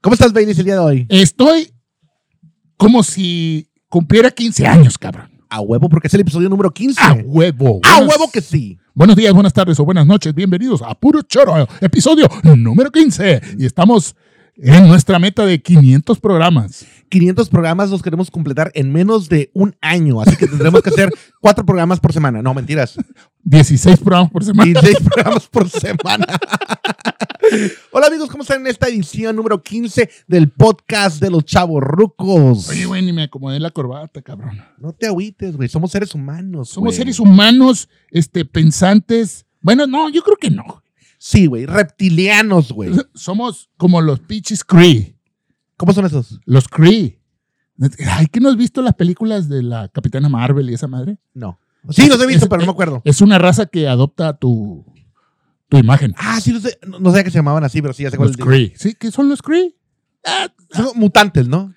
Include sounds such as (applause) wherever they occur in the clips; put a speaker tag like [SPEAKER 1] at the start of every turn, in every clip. [SPEAKER 1] ¿Cómo estás, Baileys, el día de hoy?
[SPEAKER 2] Estoy como si cumpliera 15 años, cabrón.
[SPEAKER 1] A huevo, porque es el episodio número 15.
[SPEAKER 2] A huevo.
[SPEAKER 1] A
[SPEAKER 2] Buenas-
[SPEAKER 1] huevo que sí.
[SPEAKER 2] Buenos días, buenas tardes o buenas noches. Bienvenidos a Puro Choro, episodio número 15. Y estamos en nuestra meta de 500 programas.
[SPEAKER 1] 500 programas los queremos completar en menos de un año, así que tendremos que
[SPEAKER 2] (laughs)
[SPEAKER 1] hacer cuatro programas por semana. No, mentiras.
[SPEAKER 2] 16 programas por semana.
[SPEAKER 1] 16 programas por semana. (laughs) Hola amigos, ¿cómo están en esta edición número 15 del podcast de los chavos rucos?
[SPEAKER 2] Oye, güey, ni me acomodé la corbata, cabrón.
[SPEAKER 1] No te agüites, güey. Somos seres humanos.
[SPEAKER 2] Somos
[SPEAKER 1] güey.
[SPEAKER 2] seres humanos, este, pensantes. Bueno, no, yo creo que no.
[SPEAKER 1] Sí, güey. Reptilianos,
[SPEAKER 2] (laughs)
[SPEAKER 1] güey.
[SPEAKER 2] Somos como los pinches Cree.
[SPEAKER 1] ¿Cómo son esos?
[SPEAKER 2] Los Cree. Ay, ¿que no has visto las películas de la Capitana Marvel y esa madre?
[SPEAKER 1] No. Sí, los he visto,
[SPEAKER 2] Es-
[SPEAKER 1] pero no me acuerdo.
[SPEAKER 2] Es una raza que adopta tu, tu imagen.
[SPEAKER 1] Ah, sí, los he- no, no sabía que se llamaban así, pero sí, ya sé cuál
[SPEAKER 2] Los Kree. ¿Sí? ¿Qué son los Kree?
[SPEAKER 1] Son mutantes, ¿no?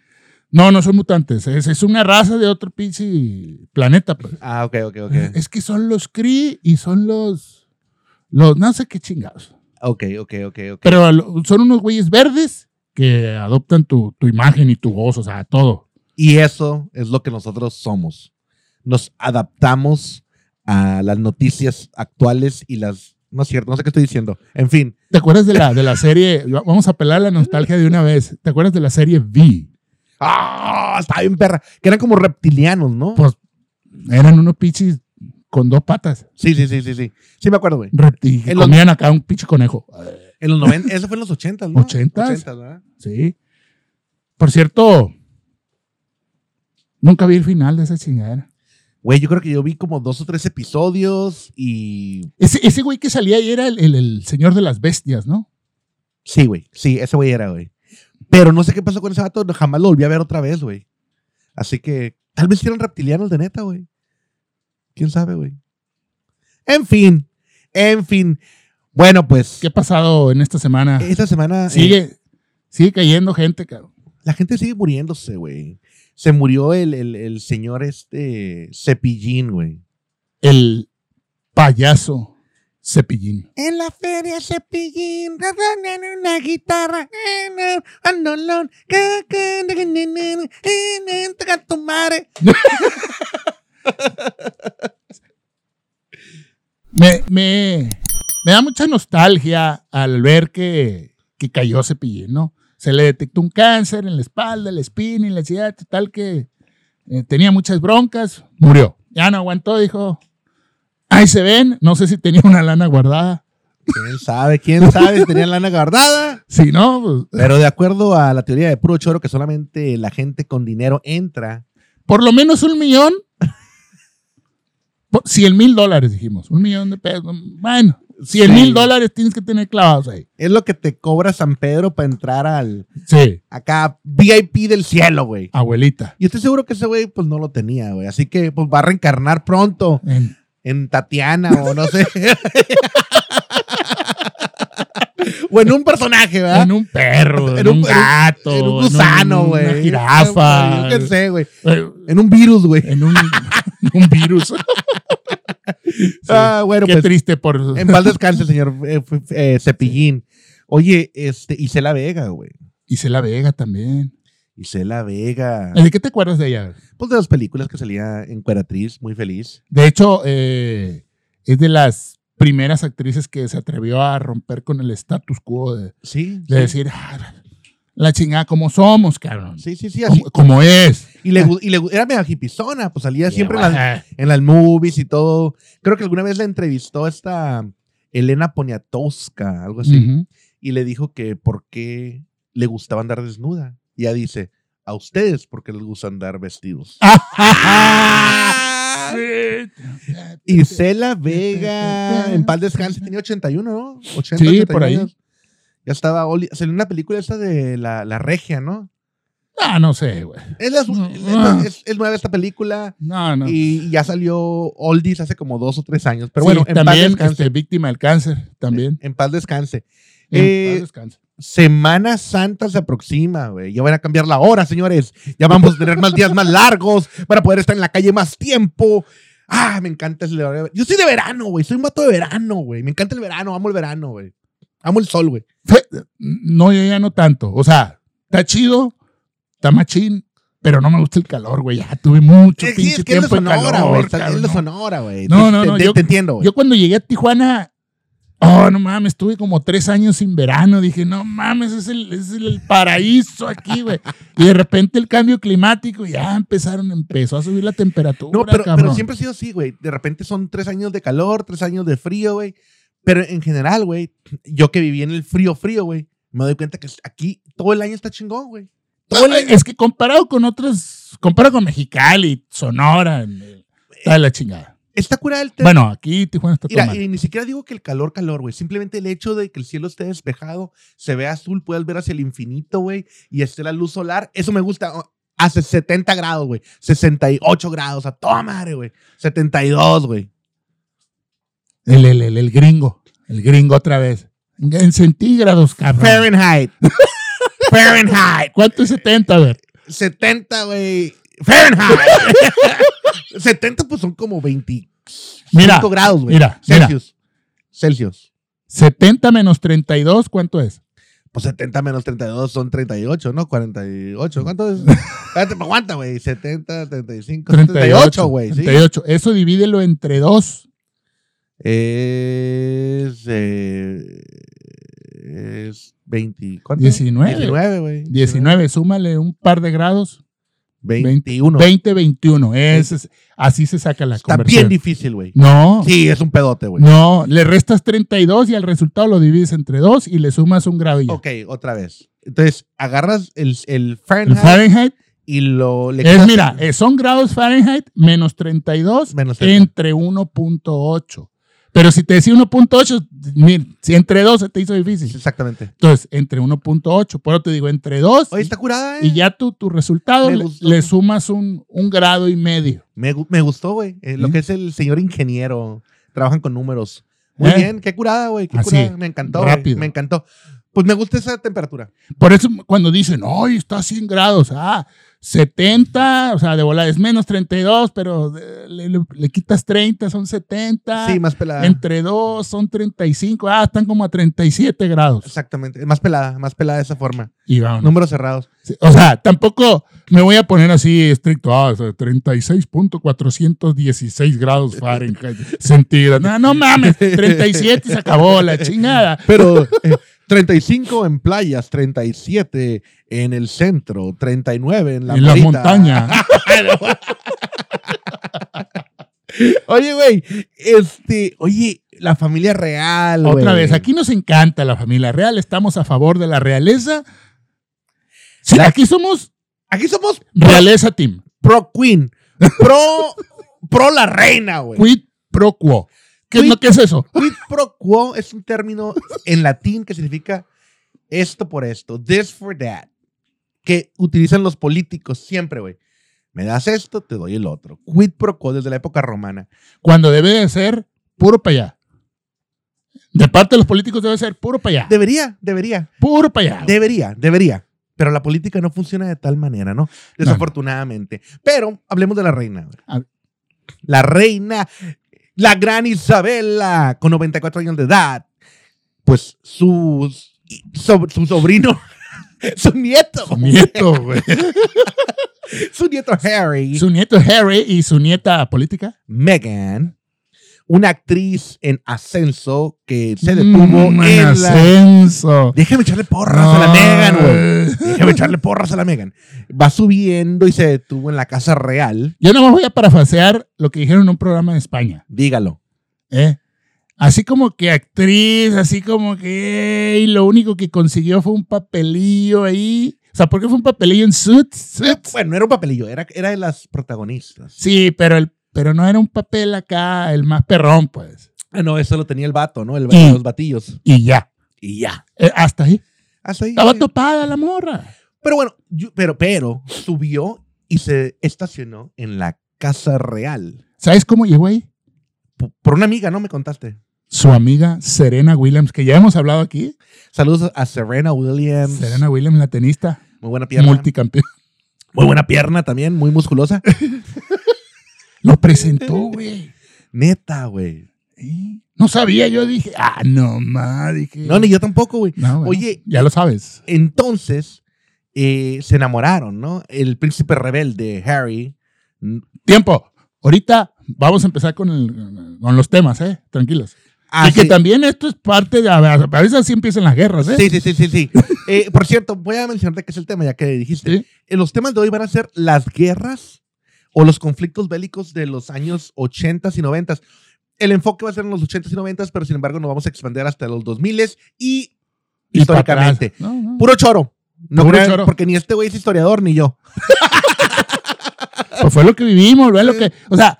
[SPEAKER 2] No, no son mutantes. Es, es una raza de otro pinche planeta. pues.
[SPEAKER 1] Ah, ok, ok, ok.
[SPEAKER 2] Es que son los Kree y son los. Los no sé qué chingados.
[SPEAKER 1] Ok, ok, ok, ok.
[SPEAKER 2] Pero a lo- son unos güeyes verdes que adoptan tu, tu imagen y tu voz, o sea, todo.
[SPEAKER 1] Y eso es lo que nosotros somos. Nos adaptamos a las noticias actuales y las... No es cierto, no sé qué estoy diciendo. En fin,
[SPEAKER 2] ¿Te acuerdas de la, de la serie? Vamos a pelar la nostalgia de una vez. ¿Te acuerdas de la serie V?
[SPEAKER 1] ¡Ah! Estaba bien perra. Que eran como reptilianos, ¿no?
[SPEAKER 2] Pues eran unos pichis con dos patas.
[SPEAKER 1] Sí, sí, sí, sí, sí. Sí me acuerdo, güey.
[SPEAKER 2] reptil- que
[SPEAKER 1] En los-
[SPEAKER 2] comían acá un pinche conejo.
[SPEAKER 1] En los 90, eso fue en los 80, ¿no?
[SPEAKER 2] ¿Ochentas?
[SPEAKER 1] 80, ¿verdad?
[SPEAKER 2] Sí. Por cierto, nunca vi el final de esa chingadera.
[SPEAKER 1] Güey, yo creo que yo vi como dos o tres episodios y...
[SPEAKER 2] Ese, ese güey que salía ahí era el, el- el señor de las bestias, ¿no?
[SPEAKER 1] Sí, güey. Sí, ese güey era, güey. Pero no sé qué pasó con ese vato. Jamás lo volví a ver otra vez, güey. Así que tal vez eran reptilianos de neta, güey. ¿Quién sabe, güey? En fin. En fin. Bueno, pues...
[SPEAKER 2] ¿Qué ha pasado en esta semana?
[SPEAKER 1] Esta semana... eh,
[SPEAKER 2] sigue, sigue cayendo gente, cabrón.
[SPEAKER 1] La gente sigue muriéndose, güey. Se murió el, el- el señor este Cepillín, güey.
[SPEAKER 2] El payaso cepillín.
[SPEAKER 1] En la feria Cepillín, en una guitarra, eh, andolón, tu madre.
[SPEAKER 2] Me, me, me da mucha nostalgia al ver que, que cayó cepillín, ¿no? Se le detectó un cáncer en la espalda, la espina y la ciudad, tal que eh, tenía muchas broncas, murió. Ya no aguantó, dijo. Ahí se ven, no sé si tenía una lana guardada.
[SPEAKER 1] ¿Quién sabe? ¿Quién sabe? si Tenía lana guardada.
[SPEAKER 2] Si no, pues,
[SPEAKER 1] Pero de acuerdo a la teoría de puro choro, que solamente la gente con dinero entra.
[SPEAKER 2] por lo menos un millón. Por- 100 mil dólares, dijimos. Un millón de pesos. Bueno, 100 mil
[SPEAKER 1] Sí.
[SPEAKER 2] dólares tienes que tener clavados ahí.
[SPEAKER 1] Es lo que te cobra San Pedro para entrar al
[SPEAKER 2] Sí,
[SPEAKER 1] acá VIP del cielo, güey.
[SPEAKER 2] abuelita.
[SPEAKER 1] Y estoy seguro que ese güey pues no lo tenía, güey. Así que pues va a reencarnar pronto
[SPEAKER 2] En-
[SPEAKER 1] en Tatiana o no sé. (laughs) o en un personaje, ¿verdad?
[SPEAKER 2] en un perro, en,
[SPEAKER 1] (laughs) En un- en
[SPEAKER 2] un,
[SPEAKER 1] un-
[SPEAKER 2] gato,
[SPEAKER 1] En un gusano,
[SPEAKER 2] en un-
[SPEAKER 1] güey.
[SPEAKER 2] Una jirafa.
[SPEAKER 1] Yo qué sé, güey.
[SPEAKER 2] eh,
[SPEAKER 1] En un virus, güey. (laughs)
[SPEAKER 2] En un, en un virus. Sí.
[SPEAKER 1] Ah, bueno,
[SPEAKER 2] Qué
[SPEAKER 1] pues.
[SPEAKER 2] triste por.
[SPEAKER 1] En paz descanse, señor eh, f- eh, Cepillín. Oye, este, Isela Vega, güey.
[SPEAKER 2] Y Cela Vega también.
[SPEAKER 1] Isela Vega.
[SPEAKER 2] ¿De qué te acuerdas de ella?
[SPEAKER 1] Pues de las películas que salía en Cueratriz, muy feliz.
[SPEAKER 2] De hecho, eh, es de las primeras actrices que se atrevió a romper con el status quo de,
[SPEAKER 1] Sí.
[SPEAKER 2] de decir, "Ah, la chingada, como somos, cabrón.
[SPEAKER 1] Sí, sí, sí. así.
[SPEAKER 2] Como, como es.
[SPEAKER 1] Y, le, gu- y le gu- era medio hipizona, pues salía siempre en las,
[SPEAKER 2] Ah,
[SPEAKER 1] en las movies y todo. Creo que alguna vez la entrevistó esta Elena Poniatowska, algo así.
[SPEAKER 2] ujú. (laughs)
[SPEAKER 1] y le dijo que por qué le gustaba andar desnuda. Y ella dice, a ustedes porque les gusta andar vestidos.
[SPEAKER 2] Ah,
[SPEAKER 1] Ah,
[SPEAKER 2] Sí. (laughs)
[SPEAKER 1] Isela Vega, en paz descanse, tenía 81, ¿no? 80,
[SPEAKER 2] Sí,
[SPEAKER 1] 81
[SPEAKER 2] por ahí.
[SPEAKER 1] años. Ya estaba, Oli- salió una película esta de la, la Regia, ¿no?
[SPEAKER 2] Ah, no sé, güey.
[SPEAKER 1] Es, las-
[SPEAKER 2] No.
[SPEAKER 1] es- es- es nueva esta película
[SPEAKER 2] No, no.
[SPEAKER 1] y, y ya salió Oldies hace como dos o tres años. Pero
[SPEAKER 2] Sí,
[SPEAKER 1] bueno, en
[SPEAKER 2] también
[SPEAKER 1] paz descanse.
[SPEAKER 2] este, víctima del cáncer, también.
[SPEAKER 1] En paz descanse.
[SPEAKER 2] En
[SPEAKER 1] Eh,
[SPEAKER 2] paz descanse.
[SPEAKER 1] Semana Santa se aproxima, güey. Ya van a cambiar la hora, señores. Ya vamos a tener más días más largos para poder estar en la calle más tiempo. Ah, me encanta ese verano. Yo soy de verano, güey. Soy un vato de verano, güey. Me encanta el verano. Amo el verano, güey. Amo el sol, güey.
[SPEAKER 2] Fe- no, yo ya no tanto. O sea, Está chido, está machín, pero no me gusta el calor, güey. Ya tuve mucho
[SPEAKER 1] Sí,
[SPEAKER 2] pinche
[SPEAKER 1] es que es de
[SPEAKER 2] tiempo de
[SPEAKER 1] Sonora,
[SPEAKER 2] calor,
[SPEAKER 1] güey. está-
[SPEAKER 2] cabrón,
[SPEAKER 1] Es de
[SPEAKER 2] no.
[SPEAKER 1] Sonora, güey.
[SPEAKER 2] No,
[SPEAKER 1] Te-
[SPEAKER 2] no,
[SPEAKER 1] te-
[SPEAKER 2] no,
[SPEAKER 1] Te,
[SPEAKER 2] yo-
[SPEAKER 1] te entiendo, güey.
[SPEAKER 2] Yo cuando llegué a Tijuana, oh, no mames, estuve como tres años sin verano. Dije, no mames, es el, es el paraíso aquí, güey. y de repente el cambio climático, ya empezaron, empezó a subir la temperatura,
[SPEAKER 1] No, pero,
[SPEAKER 2] cabrón.
[SPEAKER 1] pero siempre ha sido así, güey. De repente son tres años de calor, tres años de frío, güey. Pero en general, güey, yo que viví en el frío, frío, güey, me doy cuenta que aquí todo el año está chingón, güey.
[SPEAKER 2] Todo el- es que comparado con otras, comparado con Mexicali, Sonora, eh, está de la chingada.
[SPEAKER 1] Está curada el tema.
[SPEAKER 2] Bueno, aquí Tijuana está
[SPEAKER 1] Mira,
[SPEAKER 2] tomando.
[SPEAKER 1] y ni siquiera digo que el calor, calor, güey. Simplemente el hecho de que el cielo esté despejado, se vea azul, puedas ver hacia el infinito, güey, y esté la luz solar. Eso me gusta. oh, Hace 70 grados, güey. 68 grados. A toda madre, güey. 72, güey.
[SPEAKER 2] El, el, el, el gringo, el gringo otra vez. En centígrados, cabrón.
[SPEAKER 1] Fahrenheit. Fahrenheit.
[SPEAKER 2] ¿Cuánto es 70, a ver?
[SPEAKER 1] 70, güey. Fahrenheit. (laughs) 70, pues son como 25
[SPEAKER 2] Mira,
[SPEAKER 1] grados, güey.
[SPEAKER 2] mira, mira.
[SPEAKER 1] Celsius. Celsius.
[SPEAKER 2] 70 menos 32, ¿cuánto es?
[SPEAKER 1] Pues 70 menos 32 son 38, ¿no? 48. ¿Cuánto
[SPEAKER 2] (laughs)
[SPEAKER 1] es? Espérate, pues, aguanta, güey. 70, 35, 38, güey. ¿sí?
[SPEAKER 2] 38. Eso divídelo entre 2.
[SPEAKER 1] Es. eh, es 20. ¿Cuánto?
[SPEAKER 2] 19.
[SPEAKER 1] 19, güey.
[SPEAKER 2] 19, súmale un par de grados.
[SPEAKER 1] 21.
[SPEAKER 2] 20, 21. Ese es- así se saca la
[SPEAKER 1] Está bien
[SPEAKER 2] conversión.
[SPEAKER 1] difícil, güey.
[SPEAKER 2] no,
[SPEAKER 1] Sí, es un pedote, güey.
[SPEAKER 2] no. Le restas 32 y al resultado lo divides entre 2 y le sumas un grado y ya.
[SPEAKER 1] Ok, otra vez. Entonces, agarras el, el
[SPEAKER 2] El
[SPEAKER 1] Fahrenheit
[SPEAKER 2] Fahrenheit
[SPEAKER 1] y lo le
[SPEAKER 2] es,
[SPEAKER 1] quitas
[SPEAKER 2] mira, eh, son grados Fahrenheit menos 32
[SPEAKER 1] menos el-
[SPEAKER 2] entre 1.8. Pero si te decía 1.8, mira, si entre 2 se te hizo difícil.
[SPEAKER 1] Exactamente.
[SPEAKER 2] Entonces, entre 1.8, por eso te digo, entre 2
[SPEAKER 1] Oye, está curada, ¿eh?
[SPEAKER 2] y ya tu, tu resultado
[SPEAKER 1] Me
[SPEAKER 2] le,
[SPEAKER 1] gustó.
[SPEAKER 2] le sumas un, un grado y medio.
[SPEAKER 1] Me, gu- me gustó, güey. Eh, Lo
[SPEAKER 2] ¿Sí?
[SPEAKER 1] que es el señor ingeniero. Trabajan con números. Muy
[SPEAKER 2] ¿Eh?
[SPEAKER 1] bien, qué curada, güey. Qué
[SPEAKER 2] Así,
[SPEAKER 1] curada. Me encantó. güey.
[SPEAKER 2] rápido.
[SPEAKER 1] Me encantó. Pues me gusta esa temperatura.
[SPEAKER 2] Por eso cuando dicen, hoy está a 100 grados, ah, 70, o sea, de volada es menos 32, pero eh, le, le- le quitas 30, son 70.
[SPEAKER 1] Sí, más pelada.
[SPEAKER 2] Ah, Entre 2 son 35, ah, están como a 37 grados.
[SPEAKER 1] Exactamente. Más pelada, más pelada de esa forma.
[SPEAKER 2] Y vámonos.
[SPEAKER 1] Números cerrados.
[SPEAKER 2] Sí, O sea, tampoco me voy a poner así estricto. Ah, o sea, 36.416 grados Fahrenheit
[SPEAKER 1] (laughs)
[SPEAKER 2] centígrados. No, no mames, 37 se acabó la chingada.
[SPEAKER 1] Pero eh, 35 en playas, 37 en el centro, 39 en la
[SPEAKER 2] en la
[SPEAKER 1] morita.
[SPEAKER 2] montaña.
[SPEAKER 1] Oye, güey, este, oye, la familia real, güey.
[SPEAKER 2] Otra vez, aquí nos encanta la familia real. Estamos a favor de la realeza. Sí,
[SPEAKER 1] La-
[SPEAKER 2] aquí somos
[SPEAKER 1] Aquí somos
[SPEAKER 2] realeza team.
[SPEAKER 1] pro queen, pro, pro la reina, güey.
[SPEAKER 2] Quid pro quo. ¿Qué,
[SPEAKER 1] Quid-
[SPEAKER 2] no, ¿qué es eso?
[SPEAKER 1] Quid pro quo es un término en latín que significa esto por esto, this for that, que utilizan los políticos siempre, güey. Me das esto, te doy el otro. Quid pro quo desde la época romana.
[SPEAKER 2] Cuando debe de ser puro para allá. De parte de los políticos debe ser puro para allá.
[SPEAKER 1] Debería, debería,
[SPEAKER 2] puro para allá.
[SPEAKER 1] debería, debería. Pero la política no funciona de tal manera, ¿no? Desafortunadamente. Pero hablemos de la reina. güey.
[SPEAKER 2] A-
[SPEAKER 1] La reina, la gran Isabela, con 94 años de edad. Pues sus- so- su sobrino, (laughs) su nieto,
[SPEAKER 2] Su nieto, güey.
[SPEAKER 1] (laughs) su nieto Harry,
[SPEAKER 2] Su nieto Harry y su nieta política.
[SPEAKER 1] Meghan, una actriz en ascenso que se detuvo
[SPEAKER 2] Mm,
[SPEAKER 1] en la...
[SPEAKER 2] ascenso.
[SPEAKER 1] Déjame echarle porras a la
[SPEAKER 2] No.
[SPEAKER 1] Meghan, güey. (laughs) Déjame echarle porras a la Megan. Va subiendo y se detuvo en la casa real.
[SPEAKER 2] Yo no me voy a parafasear lo que dijeron en un programa en España.
[SPEAKER 1] Dígalo.
[SPEAKER 2] ¿eh? Así como que actriz, así como que ey, lo único que consiguió fue un papelillo ahí. O sea, ¿por qué fue un papelillo en Suits? Suits?
[SPEAKER 1] Bueno, no era un papelillo, era, era de las protagonistas.
[SPEAKER 2] Sí, pero, el, pero no era un papel acá, el más perrón, pues.
[SPEAKER 1] Ah, no, eso lo tenía el vato, ¿no? El,
[SPEAKER 2] Sí.
[SPEAKER 1] Los batillos.
[SPEAKER 2] Y ya.
[SPEAKER 1] Y ya.
[SPEAKER 2] Eh, hasta ahí.
[SPEAKER 1] Hasta ahí.
[SPEAKER 2] Estaba topada la morra.
[SPEAKER 1] Pero bueno, yo- pero, pero subió y se estacionó en la casa real.
[SPEAKER 2] ¿Sabes cómo llegó ahí?
[SPEAKER 1] P- Por una amiga, ¿no? Me contaste.
[SPEAKER 2] su amiga Serena Williams, que ya hemos hablado aquí.
[SPEAKER 1] Saludos a Serena Williams.
[SPEAKER 2] Serena Williams, la tenista,
[SPEAKER 1] Muy buena pierna.
[SPEAKER 2] multicampeona. (laughs)
[SPEAKER 1] Muy buena pierna también, muy musculosa.
[SPEAKER 2] Lo presentó, güey.
[SPEAKER 1] Neta, güey.
[SPEAKER 2] ¿Eh? No sabía, yo dije, ah, no más, dije.
[SPEAKER 1] No, ni yo tampoco, güey.
[SPEAKER 2] No, bueno,
[SPEAKER 1] Oye.
[SPEAKER 2] Ya lo sabes.
[SPEAKER 1] Entonces, eh, se enamoraron, ¿no? El príncipe rebelde, Harry. mm,
[SPEAKER 2] Tiempo. Ahorita vamos a empezar con, el- con los temas, ¿eh? Tranquilos. y
[SPEAKER 1] hace-
[SPEAKER 2] que también esto es parte de. A ver, a veces así empiezan las guerras, ¿eh?
[SPEAKER 1] Sí, sí, sí, sí.
[SPEAKER 2] (laughs)
[SPEAKER 1] sí. Eh, por cierto, voy a mencionarte que es el tema, ya que dijiste.
[SPEAKER 2] Sí.
[SPEAKER 1] Eh, los temas de hoy van a ser las guerras o los conflictos bélicos de los años 80 y 90. El enfoque va a ser en los 80 y 90, pero sin embargo nos vamos a expandir hasta los 2000 y
[SPEAKER 2] Y para
[SPEAKER 1] históricamente.
[SPEAKER 2] atrás. No, no.
[SPEAKER 1] Puro choro. No
[SPEAKER 2] Puro
[SPEAKER 1] crean,
[SPEAKER 2] choro.
[SPEAKER 1] porque ni este güey es historiador ni yo.
[SPEAKER 2] Pues fue lo que vivimos, ¿verdad? Lo que, o sea,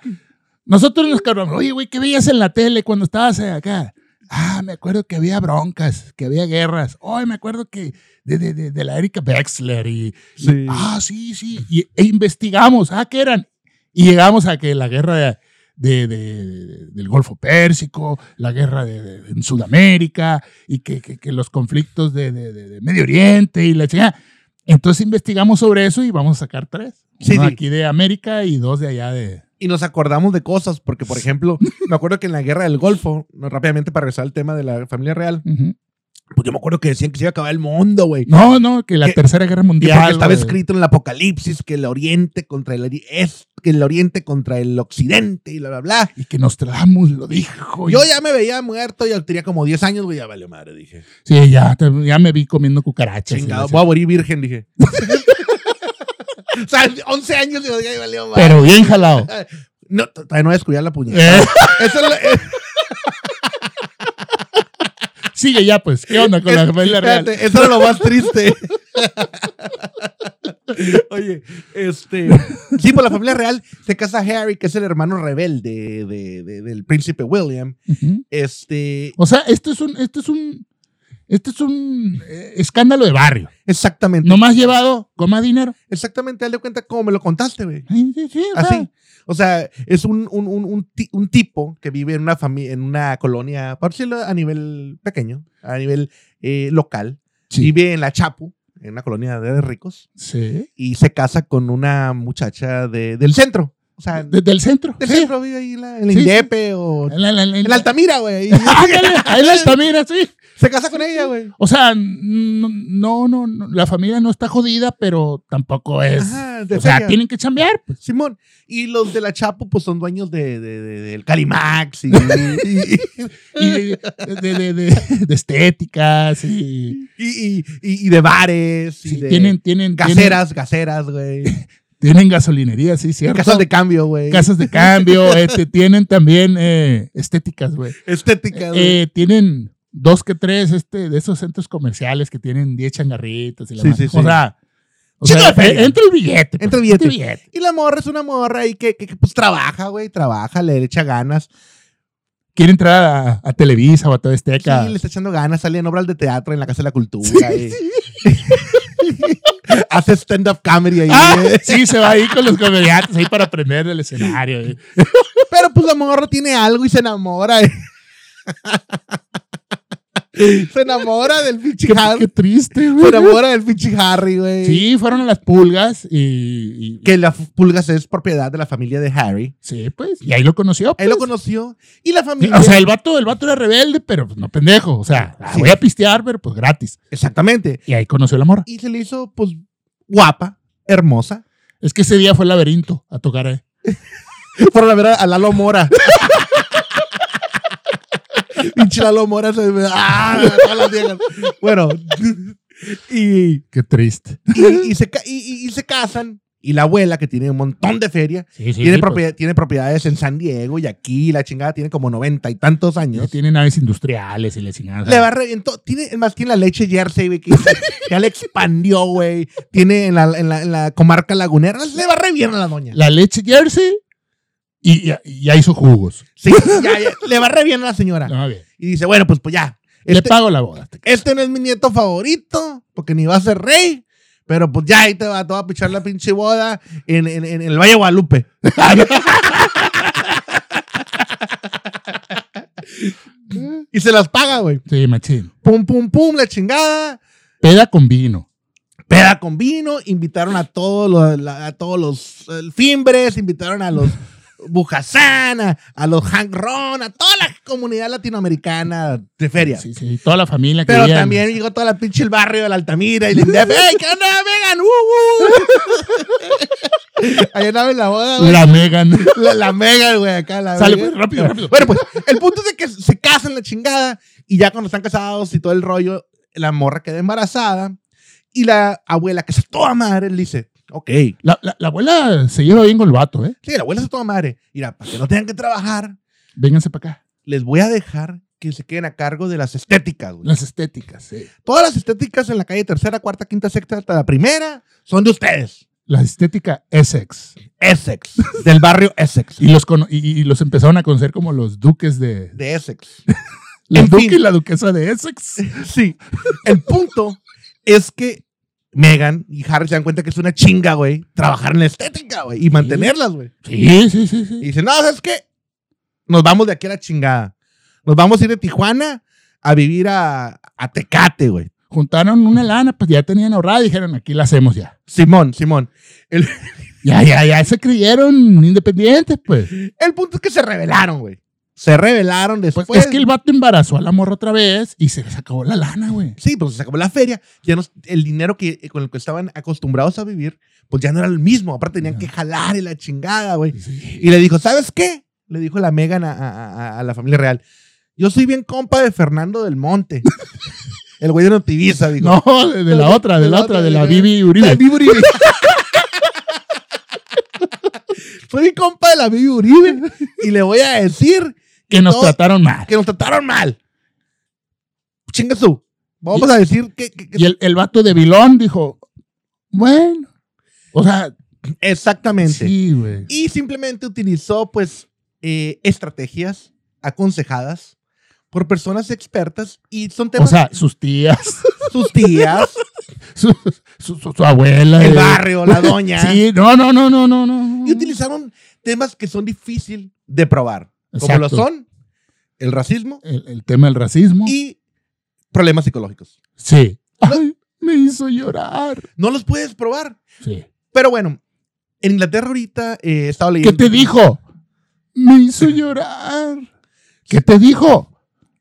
[SPEAKER 2] nosotros nos cargamos, oye, güey, ¿qué veías en la tele cuando estabas acá? Ah, me acuerdo que había broncas, que había guerras. Hoy me acuerdo que de, de, de, de la Erika Bexler y, y-
[SPEAKER 1] Sí.
[SPEAKER 2] Ah, sí, sí. Y, e investigamos, ah, ¿qué eran? Y llegamos a que la guerra de, de- de- del Golfo Pérsico, la guerra de, de- en Sudamérica y que, que- que los conflictos de, de- de- de Medio Oriente y la chingada. Entonces investigamos sobre eso y vamos a sacar tres.
[SPEAKER 1] Sí,
[SPEAKER 2] Uno
[SPEAKER 1] sí.
[SPEAKER 2] aquí de América y dos de allá de...
[SPEAKER 1] Y nos acordamos de cosas, porque por ejemplo, me acuerdo que en la guerra del Golfo, no, rápidamente para regresar al tema de la familia real,
[SPEAKER 2] Ujú.
[SPEAKER 1] pues yo me acuerdo que decían que se iba a acabar el mundo, güey.
[SPEAKER 2] No, no, que la
[SPEAKER 1] Que-
[SPEAKER 2] Tercera Guerra
[SPEAKER 1] Y
[SPEAKER 2] Mundial.
[SPEAKER 1] porque estaba
[SPEAKER 2] güey.
[SPEAKER 1] escrito en el Apocalipsis que el Oriente contra el ori- es que el Oriente contra el Occidente y bla bla bla.
[SPEAKER 2] Y que Nostradamus lo dijo. y-
[SPEAKER 1] Yo ya me veía muerto, ya tenía como 10 años, güey, ya valió madre, dije.
[SPEAKER 2] Sí, ya, ya me vi comiendo cucarachas. y
[SPEAKER 1] Chingado,
[SPEAKER 2] la-
[SPEAKER 1] voy a morir virgen, dije. (laughs) o sea, 11 años digo, ya valió madre.
[SPEAKER 2] Pero
[SPEAKER 1] (laughs)
[SPEAKER 2] bien jalado.
[SPEAKER 1] No, t- todavía no voy a descubrir la
[SPEAKER 2] (laughs)
[SPEAKER 1] puñalada.
[SPEAKER 2] Eh.
[SPEAKER 1] Eso es lo- es-
[SPEAKER 2] Sigue ya, pues. ¿Qué onda con la
[SPEAKER 1] es-
[SPEAKER 2] familia real?
[SPEAKER 1] espérate, eso es lo más triste. (laughs) Oye, este. Sí, por la familia real se casa Harry, que es el hermano rebelde de- de- del príncipe William.
[SPEAKER 2] Ujú.
[SPEAKER 1] Este,
[SPEAKER 2] O sea, esto es un, esto es un, esto es un eh, escándalo de barrio.
[SPEAKER 1] exactamente.
[SPEAKER 2] Nomás llevado con más dinero.
[SPEAKER 1] Exactamente, haz de cuenta como me lo contaste, güey.
[SPEAKER 2] Sí, sí, sí, o sea,
[SPEAKER 1] Así. O sea, es un, un, un, un ti- un tipo que vive en una familia, en una colonia, por decirlo a nivel pequeño, a nivel eh, local.
[SPEAKER 2] Sí.
[SPEAKER 1] Vive en la Chapu, en una colonia de ricos,
[SPEAKER 2] Sí.
[SPEAKER 1] y se casa con una muchacha de, del centro. O sea,
[SPEAKER 2] Desde el centro.
[SPEAKER 1] Ah, del
[SPEAKER 2] sí.
[SPEAKER 1] centro vive ahí en, la, en la
[SPEAKER 2] Sí, Ah, sí.
[SPEAKER 1] Indepe o
[SPEAKER 2] En la- la- la-
[SPEAKER 1] en Altamira,
[SPEAKER 2] (laughs)
[SPEAKER 1] güey.
[SPEAKER 2] Ándale, ahí la Altamira, sí.
[SPEAKER 1] (laughs) se casa con ella, güey.
[SPEAKER 2] O sea, no, no, no, no, la familia no está jodida, pero tampoco es.
[SPEAKER 1] Ajá, de
[SPEAKER 2] o sea,
[SPEAKER 1] feria.
[SPEAKER 2] tienen que chambear. pues.
[SPEAKER 1] Simón. Y los de la Chapo, pues son dueños de, de- de- del Calimax y,
[SPEAKER 2] (laughs)
[SPEAKER 1] y-
[SPEAKER 2] Y de, de- de- de- de estéticas y,
[SPEAKER 1] y, y- y- y de bares. Y
[SPEAKER 2] sí,
[SPEAKER 1] de
[SPEAKER 2] tienen, tienen,
[SPEAKER 1] gaseras, gaseras, güey.
[SPEAKER 2] tienen, tienen gasolinería, sí, cierto.
[SPEAKER 1] Casas de cambio, güey.
[SPEAKER 2] casas de
[SPEAKER 1] (laughs)
[SPEAKER 2] cambio, este, tienen también eh, estéticas, güey.
[SPEAKER 1] Estéticas, güey.
[SPEAKER 2] Eh, tienen dos que tres este, de esos centros comerciales que tienen 10 changarritos y la
[SPEAKER 1] Sí,
[SPEAKER 2] madre.
[SPEAKER 1] sí, sí.
[SPEAKER 2] O sea, o
[SPEAKER 1] Chingo
[SPEAKER 2] sea,
[SPEAKER 1] de feria.
[SPEAKER 2] eh, entra el billete. pues,
[SPEAKER 1] Entra el billete.
[SPEAKER 2] billete.
[SPEAKER 1] Y la morra es una morra ahí que, que- que, pues trabaja, güey. Trabaja, le echa ganas.
[SPEAKER 2] Quiere entrar a, a Televisa o a Todo
[SPEAKER 1] Sí,
[SPEAKER 2] Azteca.
[SPEAKER 1] Pues le está echando ganas. Sale en obras de teatro en la Casa de la Cultura. y- Hace stand-up comedy ahí.
[SPEAKER 2] Ah,
[SPEAKER 1] güey.
[SPEAKER 2] sí, se va ahí con los comediantes ahí para aprender del escenario. eh.
[SPEAKER 1] Pero pues la morra tiene algo y se enamora. (laughs) se enamora del pinche
[SPEAKER 2] Qué,
[SPEAKER 1] Harry.
[SPEAKER 2] qué triste,
[SPEAKER 1] Se
[SPEAKER 2] güey.
[SPEAKER 1] enamora del pinche Harry, güey.
[SPEAKER 2] Sí, fueron a las pulgas y, y-
[SPEAKER 1] Que las pulgas es propiedad de la familia de Harry.
[SPEAKER 2] sí, pues, y ahí lo conoció.
[SPEAKER 1] Él lo
[SPEAKER 2] pues.
[SPEAKER 1] conoció. Y la
[SPEAKER 2] Sí,
[SPEAKER 1] familia.
[SPEAKER 2] O sea, el vato, el vato era rebelde, pero pues, no pendejo. O sea, ah,
[SPEAKER 1] Sí.
[SPEAKER 2] voy a pistear, pero pues gratis.
[SPEAKER 1] exactamente.
[SPEAKER 2] Y ahí conoció la morra.
[SPEAKER 1] Y se le hizo, pues, guapa, hermosa.
[SPEAKER 2] Es que ese día fue el laberinto a tocar ¿eh? ahí.
[SPEAKER 1] Por la verdad, a Lalo Mora. (laughs) Pinche Lalo Mora se me. ¡Ah! todas las viejas. Bueno. Y,
[SPEAKER 2] Qué triste.
[SPEAKER 1] y, y se, ca- y- y- y se casan. Y la abuela, que tiene un montón de feria,
[SPEAKER 2] Sí, sí, pues,
[SPEAKER 1] tiene,
[SPEAKER 2] sí,
[SPEAKER 1] propiedad- tiene propiedades en San Diego y aquí, y la chingada, tiene como noventa y tantos
[SPEAKER 2] pues,
[SPEAKER 1] años.
[SPEAKER 2] tiene naves industriales y la chingada.
[SPEAKER 1] Le va re- en to- tiene, es más, tiene la leche Jersey, güey, que ya le expandió, güey. Tiene en la, en, la, en la comarca lagunera. Le va re bien a la doña.
[SPEAKER 2] La leche Jersey y, y- y ya hizo jugos.
[SPEAKER 1] Sí, ya, ya, le va re bien a la señora.
[SPEAKER 2] No, bien.
[SPEAKER 1] Y dice, bueno, pues, pues ya.
[SPEAKER 2] Le
[SPEAKER 1] Ah. Este,
[SPEAKER 2] pago la boda.
[SPEAKER 1] este no es mi nieto favorito, porque ni va a ser rey. Pero pues ya ahí te va, te va a pichar la pinche boda en, en- en el Valle de Guadalupe. (laughs) y se las paga, güey.
[SPEAKER 2] Sí, machín.
[SPEAKER 1] Pum, pum, pum, la chingada.
[SPEAKER 2] Peda con vino.
[SPEAKER 1] peda con vino, invitaron a todos los, la- a todos los eh, fimbres, invitaron a los Bujasana, a los Hank Ron, a toda la comunidad latinoamericana de feria.
[SPEAKER 2] Sí, sí, toda la familia que
[SPEAKER 1] Pero
[SPEAKER 2] veían.
[SPEAKER 1] también llegó toda la pinche el barrio de la Altamira y le dije, ¡Ey, qué onda, Megan! ¡Uh, uh! (laughs) Ahí andaba en la boda, güey.
[SPEAKER 2] La Megan.
[SPEAKER 1] (laughs) La, la Megan, güey, acá la
[SPEAKER 2] Sale,
[SPEAKER 1] Megan.
[SPEAKER 2] pues, rápido, rápido.
[SPEAKER 1] Bueno, pues, el punto es de que se casan la chingada y ya cuando están casados y todo el rollo, la morra queda embarazada y la abuela, que es a toda madre, le dice, ok,
[SPEAKER 2] La, la- la abuela se lleva bien con el vato, ¿eh?
[SPEAKER 1] sí, la abuela es a toda madre, mira, para que no tengan que trabajar,
[SPEAKER 2] Vénganse para acá.
[SPEAKER 1] les voy a dejar que se queden a cargo de las estéticas, güey.
[SPEAKER 2] Las estéticas, sí.
[SPEAKER 1] Todas las estéticas en la calle tercera, cuarta, quinta, sexta, hasta la primera, son de ustedes.
[SPEAKER 2] La estética Essex.
[SPEAKER 1] Essex, del barrio Essex.
[SPEAKER 2] Y los, cono- y, y los empezaron a conocer como los duques de.
[SPEAKER 1] De Essex.
[SPEAKER 2] La
[SPEAKER 1] En
[SPEAKER 2] duque
[SPEAKER 1] fin.
[SPEAKER 2] y la duquesa de Essex.
[SPEAKER 1] Sí. El punto es que Megan y Harry se dan cuenta que es una chinga, güey, trabajar en la estética, güey, y mantenerlas, güey.
[SPEAKER 2] Sí, sí, sí.
[SPEAKER 1] Y
[SPEAKER 2] sí.
[SPEAKER 1] dicen, no, ¿sabes qué? Nos vamos de aquí a la chingada. Nos vamos a ir de Tijuana a vivir a, a Tecate, güey.
[SPEAKER 2] Juntaron una lana, pues ya tenían ahorrada y dijeron, aquí la hacemos ya.
[SPEAKER 1] Simón, Simón. El,
[SPEAKER 2] Ya, ya, ya se creyeron independientes, pues.
[SPEAKER 1] el punto es que se rebelaron, güey. Se rebelaron después.
[SPEAKER 2] Pues, es que el vato embarazó a la morra otra vez y se les acabó la lana, güey.
[SPEAKER 1] Sí, pues se acabó la feria, ya no, el dinero que, eh, con el que estaban acostumbrados a vivir, pues ya no era el mismo, aparte tenían que jalar y la chingada, güey.
[SPEAKER 2] Sí.
[SPEAKER 1] Y le dijo, ¿sabes qué? Le dijo la Megan a, a- a- a la familia real, yo soy bien compa de Fernando del
[SPEAKER 2] (laughs)
[SPEAKER 1] Monte, el güey de Notivisa, dijo.
[SPEAKER 2] No, de, de la otra, de la otra, de la
[SPEAKER 1] (laughs)
[SPEAKER 2] Bibi Uribe.
[SPEAKER 1] Bibi Uribe. soy bien compa de la Bibi Uribe y le voy a decir
[SPEAKER 2] Que nos
[SPEAKER 1] No.
[SPEAKER 2] trataron mal.
[SPEAKER 1] que nos trataron mal. Chinga su. Vamos a decir que, que- que-
[SPEAKER 2] Y el, el vato de Vilón dijo, bueno. O sea,
[SPEAKER 1] exactamente.
[SPEAKER 2] sí, güey.
[SPEAKER 1] Y simplemente utilizó, pues, eh, estrategias aconsejadas por personas expertas y son
[SPEAKER 2] O
[SPEAKER 1] temas,
[SPEAKER 2] sea, sus tías,
[SPEAKER 1] (laughs) sus
[SPEAKER 2] (laughs)
[SPEAKER 1] tías,
[SPEAKER 2] su, su, su- su abuela.
[SPEAKER 1] el
[SPEAKER 2] eh.
[SPEAKER 1] barrio,
[SPEAKER 2] (laughs)
[SPEAKER 1] la doña.
[SPEAKER 2] Sí, no, no, no, no, no, no.
[SPEAKER 1] Y utilizaron temas que son difíciles de probar, como
[SPEAKER 2] Exacto.
[SPEAKER 1] lo son el racismo
[SPEAKER 2] El, el tema del racismo.
[SPEAKER 1] y problemas psicológicos.
[SPEAKER 2] Sí. Ay, me hizo llorar.
[SPEAKER 1] No los puedes probar.
[SPEAKER 2] Sí.
[SPEAKER 1] Pero bueno, en Inglaterra ahorita eh, he estado leyendo...
[SPEAKER 2] ¿Qué te dijo? Me hizo llorar. ¿Qué te dijo?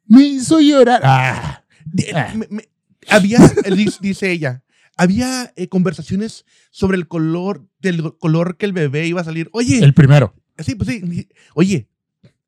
[SPEAKER 2] Me hizo llorar. Ah,
[SPEAKER 1] De-
[SPEAKER 2] Ah.
[SPEAKER 1] me- me- había, él dice- dice ella, había eh, conversaciones sobre el color, del color que el bebé iba a salir. Oye,
[SPEAKER 2] el primero.
[SPEAKER 1] sí, pues sí, ni- oye,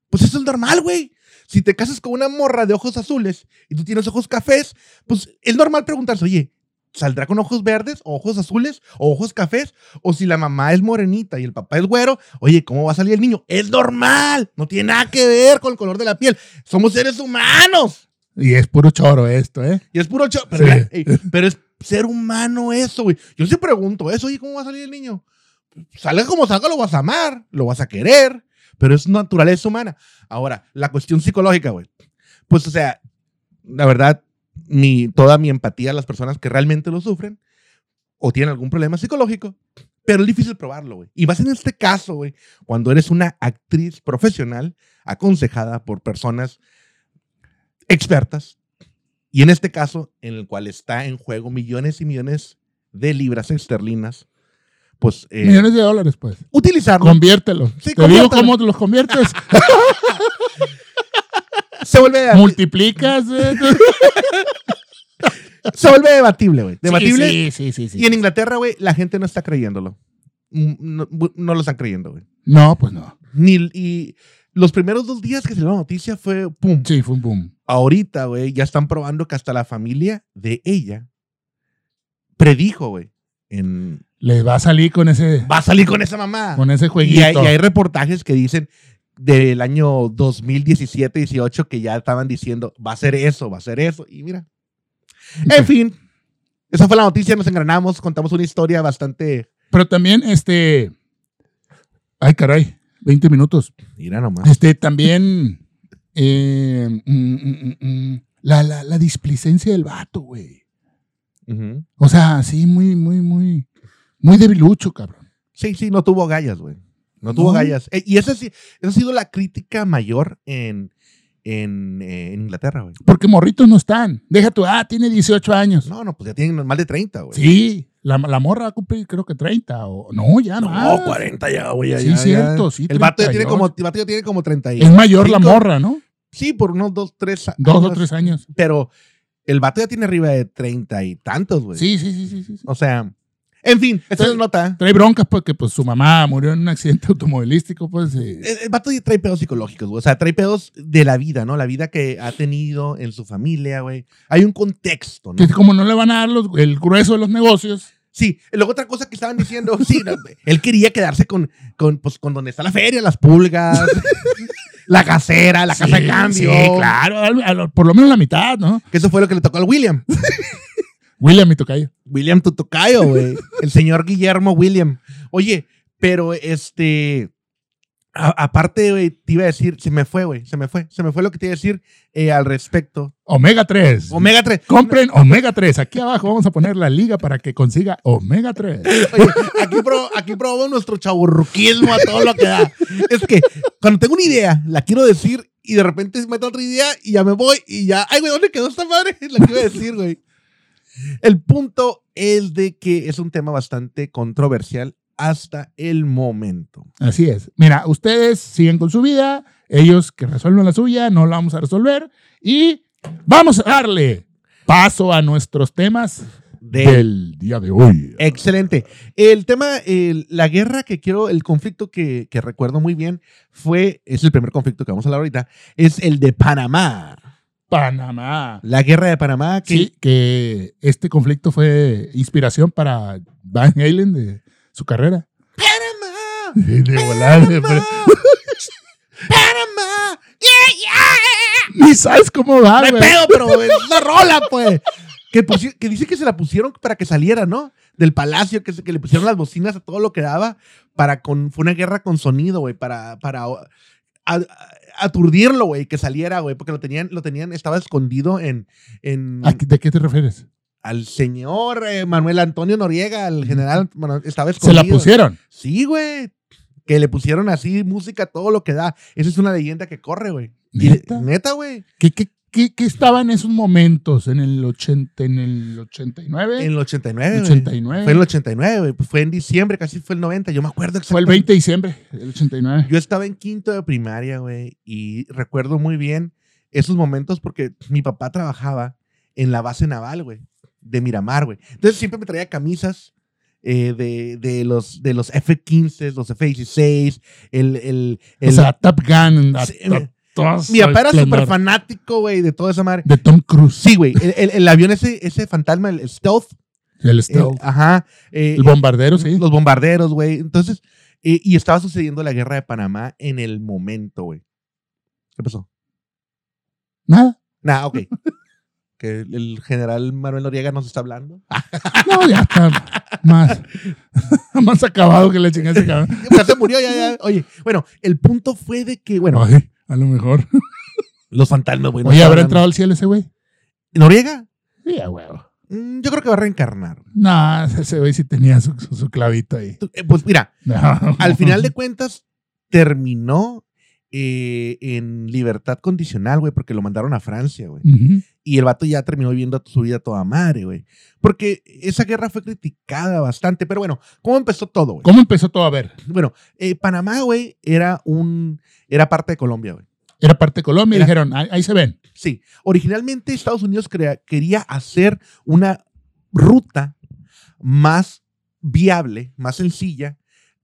[SPEAKER 1] pues eso es normal, güey. Si te casas con una morra de ojos azules y tú tienes ojos cafés, pues es normal preguntarse, oye, ¿saldrá con ojos verdes, o ojos azules, o ojos cafés? O si la mamá es morenita y el papá es güero, oye, ¿cómo va a salir el niño? Es normal, no tiene nada que ver con el color de la piel. Somos seres humanos.
[SPEAKER 2] Y es puro choro esto, ¿eh?
[SPEAKER 1] Y es puro cho- Pero,
[SPEAKER 2] Sí.
[SPEAKER 1] (laughs) ey, pero es ser humano eso, güey. Yo sí pregunto eso, oye, ¿cómo va a salir el niño? Salga como salga, lo vas a amar, lo vas a querer, pero es naturaleza humana. Ahora, la cuestión psicológica, güey. Pues, o sea, la verdad, mi, toda mi empatía a las personas que realmente lo sufren o tienen algún problema psicológico, pero es difícil probarlo, güey. Y más en este caso, güey, cuando eres una actriz profesional aconsejada por personas expertas, y en este caso, en el cual está en juego millones y millones de libras esterlinas, pues eh,
[SPEAKER 2] Millones de dólares, pues.
[SPEAKER 1] utilizarlo.
[SPEAKER 2] Conviértelo.
[SPEAKER 1] Sí,
[SPEAKER 2] Te digo
[SPEAKER 1] conviértelo.
[SPEAKER 2] cómo
[SPEAKER 1] (laughs)
[SPEAKER 2] los conviertes.
[SPEAKER 1] Se vuelve,
[SPEAKER 2] Multiplicas. eh.
[SPEAKER 1] se vuelve debatible, güey. Debatible.
[SPEAKER 2] Sí, sí, sí. sí, sí.
[SPEAKER 1] Y en Inglaterra, güey, la gente no está creyéndolo. Mm, No, bu- no lo están creyendo, güey.
[SPEAKER 2] No, pues no.
[SPEAKER 1] Ni, y los primeros dos días que se dio la noticia fue pum.
[SPEAKER 2] Sí, fue un boom.
[SPEAKER 1] Ahorita, güey, ya están probando que hasta la familia de ella predijo, güey. en-
[SPEAKER 2] Les va a salir con ese,
[SPEAKER 1] Va a salir con esa mamá.
[SPEAKER 2] con
[SPEAKER 1] y,
[SPEAKER 2] ese
[SPEAKER 1] hay,
[SPEAKER 2] jueguito.
[SPEAKER 1] y hay reportajes que dicen del año 2017-18 que ya estaban diciendo, va a ser eso, va a ser eso. Y
[SPEAKER 2] (laughs)
[SPEAKER 1] mira, en fin, esa fue la noticia, nos engranamos, contamos una historia bastante...
[SPEAKER 2] Pero también, este. Ay, caray. 20 minutos.
[SPEAKER 1] Mira nomás.
[SPEAKER 2] Este, también. eh, mm, mm, mm, mm, la, la, la displicencia del vato, güey.
[SPEAKER 1] Ujú.
[SPEAKER 2] O sea, sí, muy, muy, muy. Muy debilucho, cabrón.
[SPEAKER 1] Sí, sí, no tuvo gallas, güey. No tuvo
[SPEAKER 2] No.
[SPEAKER 1] gallas. Eh, y esa, sí, esa ha sido la crítica mayor en, en, eh, en Inglaterra, güey.
[SPEAKER 2] Porque morritos no están. Deja tu, ah, tiene 18 años.
[SPEAKER 1] No, no, pues ya tienen más de 30, güey.
[SPEAKER 2] Sí. La, la morra va a cumplir, creo que 30. O, no, ya más.
[SPEAKER 1] No, 40 ya, güey. ya,
[SPEAKER 2] Sí,
[SPEAKER 1] ya,
[SPEAKER 2] cierto, sí,
[SPEAKER 1] El vato ya tiene
[SPEAKER 2] 38.
[SPEAKER 1] como, el vato ya tiene como 30 y-
[SPEAKER 2] Es mayor la
[SPEAKER 1] Cinco.
[SPEAKER 2] morra, ¿no?
[SPEAKER 1] Sí, por unos dos, tres a-
[SPEAKER 2] Dos o
[SPEAKER 1] años.
[SPEAKER 2] tres años.
[SPEAKER 1] Pero el vato ya tiene arriba de 30 y tantos, güey.
[SPEAKER 2] Sí, sí, sí, sí, sí, sí.
[SPEAKER 1] O sea, en fin, esta es
[SPEAKER 2] Entonces-
[SPEAKER 1] la nota.
[SPEAKER 2] Trae broncas porque pues su mamá murió en un accidente (laughs) automovilístico, pues. eh,
[SPEAKER 1] El, el vato ya trae pedos psicológicos, güey. O sea, trae pedos de la vida, ¿no? La vida que ha tenido en su familia, güey. Hay un contexto, ¿no?
[SPEAKER 2] que como no le van a dar los- el grueso de los negocios,
[SPEAKER 1] Sí, luego otra cosa que estaban diciendo, sí, no, él quería quedarse con, con, pues, con donde está la feria, las
[SPEAKER 2] (laughs)
[SPEAKER 1] pulgas, la casera, la casa
[SPEAKER 2] Sí,
[SPEAKER 1] de cambio.
[SPEAKER 2] sí, claro, al- a lo- por lo menos la mitad, ¿no?
[SPEAKER 1] Que eso fue lo que le tocó al William.
[SPEAKER 2] William y Tocayo.
[SPEAKER 1] William Tutucayo, güey. El señor Guillermo William. Oye, pero este. a- aparte, güey, te iba a decir, se me fue, güey, se me fue, se me fue lo que te iba a decir eh, al respecto.
[SPEAKER 2] Omega 3.
[SPEAKER 1] Omega 3.
[SPEAKER 2] Compren Omega 3. Aquí abajo vamos a poner la liga para que consiga Omega 3.
[SPEAKER 1] Oye, aquí, pro- aquí probamos nuestro chaburruquismo a todo lo que da. Es que cuando tengo una idea, la quiero decir y de repente meto otra idea y ya me voy y ya. Ay, güey, ¿dónde quedó esta madre? (laughs) La que iba a decir, güey. El punto es de que es un tema bastante controversial hasta el momento.
[SPEAKER 2] Así es. Mira, ustedes siguen con su vida, ellos que resuelvan la suya, no la vamos a resolver y vamos a darle paso a nuestros temas
[SPEAKER 1] de
[SPEAKER 2] del día de hoy.
[SPEAKER 1] Excelente. El tema, el- la guerra que quiero, el conflicto que, que recuerdo muy bien fue, es el primer conflicto que vamos a hablar ahorita, es el de Panamá.
[SPEAKER 2] Panamá.
[SPEAKER 1] La guerra de Panamá que
[SPEAKER 2] Sí, que este conflicto fue inspiración para Van Halen de su
[SPEAKER 1] (laughs)
[SPEAKER 2] carrera.
[SPEAKER 1] Panamá,
[SPEAKER 2] De (laughs) volar, de-
[SPEAKER 1] Panamá, Panamá.
[SPEAKER 2] Ni sabes cómo va,
[SPEAKER 1] No hay
[SPEAKER 2] güey.
[SPEAKER 1] pedo, pero es la rola, pues. Que, pusi- que dice que se la pusieron para que saliera, ¿no? Del palacio, que, se- que le pusieron las bocinas a todo lo que daba. Para con, fue una guerra con sonido, güey, para, para a- a- aturdirlo, güey, que saliera, güey, porque lo tenían, lo tenían, estaba escondido en, en
[SPEAKER 2] ¿A qué- ¿De qué te refieres?
[SPEAKER 1] al señor eh, Manuel Antonio Noriega, al general, bueno, estaba
[SPEAKER 2] Se
[SPEAKER 1] escondido.
[SPEAKER 2] la pusieron.
[SPEAKER 1] Sí, güey. Que le pusieron así música, todo lo que da. Esa es una leyenda que corre, güey. Y-
[SPEAKER 2] ¿Neta? ¿Eh?
[SPEAKER 1] Neta, güey.
[SPEAKER 2] ¿Qué, qué, qué, qué estaba en esos momentos? ¿En el, 80, en el 89?
[SPEAKER 1] En el 89, güey.
[SPEAKER 2] 89.
[SPEAKER 1] Fue en el 89, güey. Pues fue en diciembre, casi fue el 90. Yo me acuerdo
[SPEAKER 2] Fue el
[SPEAKER 1] exactamente.
[SPEAKER 2] 20 de diciembre del 89.
[SPEAKER 1] Yo estaba en quinto de primaria, güey, y recuerdo muy bien esos momentos porque mi papá trabajaba en la base naval, güey, de Miramar, güey. Entonces siempre me traía camisas eh, de, de los, de los F-15, los F-16, el... el, el-
[SPEAKER 2] o sea, Top Gun. a-
[SPEAKER 1] Sí,
[SPEAKER 2] a-
[SPEAKER 1] mi-
[SPEAKER 2] todas
[SPEAKER 1] mi papá era
[SPEAKER 2] esplendor.
[SPEAKER 1] súper fanático, güey, de toda esa madre.
[SPEAKER 2] De Tom Cruise.
[SPEAKER 1] Sí, güey, el, el- el avión ese, ese fantasma, el stealth.
[SPEAKER 2] El,
[SPEAKER 1] el-
[SPEAKER 2] stealth.
[SPEAKER 1] ajá. eh,
[SPEAKER 2] El bombardero, sí.
[SPEAKER 1] los bombarderos, güey. Entonces, eh, y estaba sucediendo la guerra de Panamá en el momento, güey. ¿Qué pasó?
[SPEAKER 2] Nada.
[SPEAKER 1] Nah,
[SPEAKER 2] (laughs)
[SPEAKER 1] ok. que el, el general Manuel Noriega nos está hablando. (laughs) Ah,
[SPEAKER 2] No, ya está. más. (laughs) más acabado que la chingada se acabó.
[SPEAKER 1] Ya se murió, ya, ya. Oye, bueno, el punto fue de que, bueno,
[SPEAKER 2] Ay, a lo mejor.
[SPEAKER 1] los fantasmas, güey. nos
[SPEAKER 2] Oye, ¿habrá
[SPEAKER 1] estaban
[SPEAKER 2] entrado al cielo ese güey?
[SPEAKER 1] hablando. ¿Noriega?
[SPEAKER 2] Sí, a huevo.
[SPEAKER 1] Mm, yo creo que va a reencarnar. güey.
[SPEAKER 2] No, ese güey sí tenía su, su, su clavito ahí.
[SPEAKER 1] Tú- eh, pues mira,
[SPEAKER 2] No.
[SPEAKER 1] al final de cuentas, terminó eh, en libertad condicional, güey, porque lo mandaron a Francia, güey.
[SPEAKER 2] (laughs) Ujú.
[SPEAKER 1] Y el vato ya terminó viviendo su vida toda madre, güey. Porque esa guerra fue criticada bastante. Pero bueno, ¿cómo empezó todo, güey?
[SPEAKER 2] ¿Cómo empezó todo a ver?
[SPEAKER 1] Bueno, eh, Panamá, güey, era un... Era parte de Colombia, güey.
[SPEAKER 2] Era parte de Colombia y
[SPEAKER 1] Era-
[SPEAKER 2] dijeron, ahí, ahí se ven.
[SPEAKER 1] Sí. Originalmente Estados Unidos crea- quería hacer una ruta más viable, más sencilla,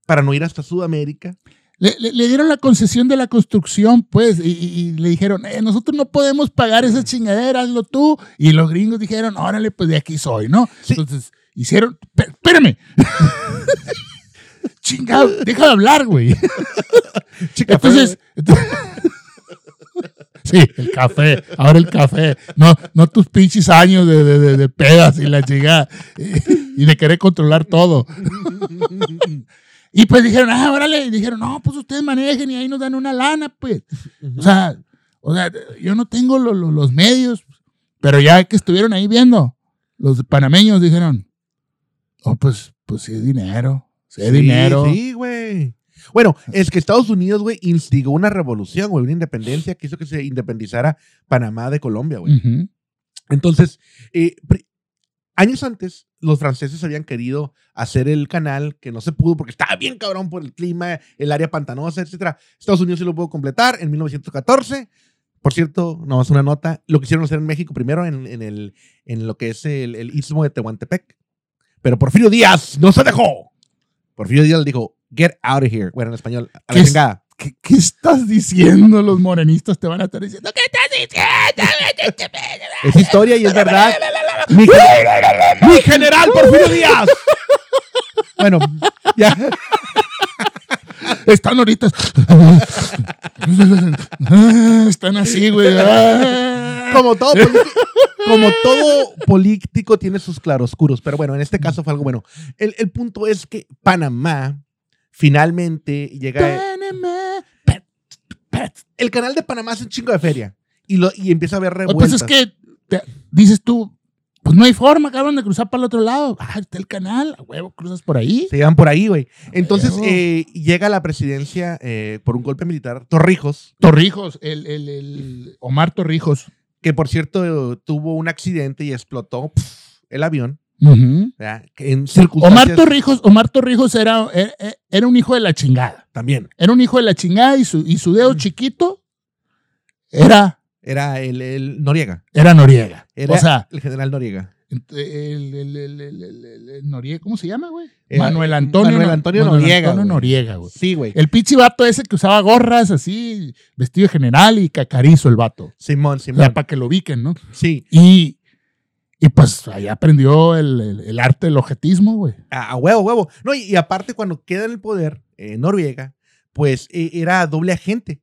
[SPEAKER 1] para no ir hasta Sudamérica.
[SPEAKER 2] Le, le- le dieron la concesión de la construcción, pues, y, y- y le dijeron, "Eh, nosotros no podemos pagar esas
[SPEAKER 1] Mm.
[SPEAKER 2] chingaderas, hazlo tú. Y los gringos dijeron, órale, pues de aquí soy, ¿no?
[SPEAKER 1] Sí.
[SPEAKER 2] Entonces, hicieron, "Pe- espérame. (laughs) Chingado, deja de hablar, güey.
[SPEAKER 1] (laughs) Chica, fue,
[SPEAKER 2] Entonces, (laughs) ento- sí, el café, ahora el café, no, no tus pinches años de, de- de- de pedas y la chingada (laughs) y, y de querer controlar todo. Y pues dijeron, ah, órale, y dijeron, no, pues ustedes manejen y ahí nos dan una lana, pues.
[SPEAKER 1] Ujú.
[SPEAKER 2] O sea, o sea yo no tengo lo- lo- los medios, pero ya que estuvieron ahí viendo, los panameños dijeron, oh, pues, pues sí es dinero, sí es
[SPEAKER 1] Sí,
[SPEAKER 2] dinero.
[SPEAKER 1] Sí, güey. Bueno, es que Estados Unidos, güey, instigó una revolución, güey, una independencia que hizo que se independizara Panamá de Colombia, güey.
[SPEAKER 2] Ujú.
[SPEAKER 1] Entonces, eh, pri- años antes, los franceses habían querido hacer el canal que no se pudo porque estaba bien cabrón por el clima, el área pantanosa, etc. Estados Unidos sí lo pudo completar en 1914. Por cierto, no es una nota, lo quisieron hacer en México primero, en, en el, en lo que es el, el istmo de Tehuantepec. Pero Porfirio Díaz no se dejó. Porfirio Díaz le dijo, get out of here. Bueno, en español, a
[SPEAKER 2] ¿Qué
[SPEAKER 1] la
[SPEAKER 2] es-
[SPEAKER 1] chingada.
[SPEAKER 2] ¿Qué, qué estás diciendo? Los morenistas te van a estar diciendo, ¿qué estás diciendo?
[SPEAKER 1] Es historia y es verdad.
[SPEAKER 2] (laughs)
[SPEAKER 1] Mi, gen- mi general Porfirio Díaz. Bueno, ya.
[SPEAKER 2] Están ahorita. (laughs) Están así, güey. (laughs)
[SPEAKER 1] Como todo, politi- como todo político tiene sus claroscuros, pero bueno, en este caso fue algo bueno. El, el punto es que Panamá finalmente llega.
[SPEAKER 2] Panamá.
[SPEAKER 1] El canal de Panamá es un chingo de feria y, lo, y empieza a haber
[SPEAKER 2] Oye,
[SPEAKER 1] revueltas.
[SPEAKER 2] Pues es que te- dices tú, pues no hay forma, cabrón, de cruzar para el otro lado. Ah, está el canal, a huevo, cruzas por ahí.
[SPEAKER 1] Se llevan por ahí, güey. Entonces
[SPEAKER 2] huevo.
[SPEAKER 1] eh, llega a la presidencia eh, por un golpe militar, Torrijos,
[SPEAKER 2] Torrijos, el, el- el Omar Torrijos.
[SPEAKER 1] que por cierto tuvo un accidente y explotó pf, el avión. ¿verdad? Que En circunstancias
[SPEAKER 2] Omar Torrijos, Omar Torrijos era, era, era un hijo de la chingada.
[SPEAKER 1] también.
[SPEAKER 2] Era un hijo de la chingada y su, y su dedo chiquito era,
[SPEAKER 1] Era el, el Noriega.
[SPEAKER 2] era Noriega.
[SPEAKER 1] Era
[SPEAKER 2] o sea,
[SPEAKER 1] el general Noriega.
[SPEAKER 2] Ent- El, el- el- el- el- el- el Noriega, ¿cómo se llama, güey?
[SPEAKER 1] Eh,
[SPEAKER 2] Manuel Antonio,
[SPEAKER 1] Manuel Antonio Noriega,
[SPEAKER 2] Antonio
[SPEAKER 1] güey.
[SPEAKER 2] Noriega, güey. Eh,
[SPEAKER 1] Sí, güey.
[SPEAKER 2] El pinche vato ese que usaba gorras así, vestido de general y cacarizo el vato.
[SPEAKER 1] Simón,
[SPEAKER 2] O
[SPEAKER 1] Simón.
[SPEAKER 2] sea, para que lo ubiquen, ¿no?
[SPEAKER 1] Sí,
[SPEAKER 2] Y, y pues ahí aprendió el, el- el arte del objetismo, güey.
[SPEAKER 1] a, a huevo, huevo. No, y, y aparte, cuando queda en el poder, eh, Noriega, pues e- era doble agente.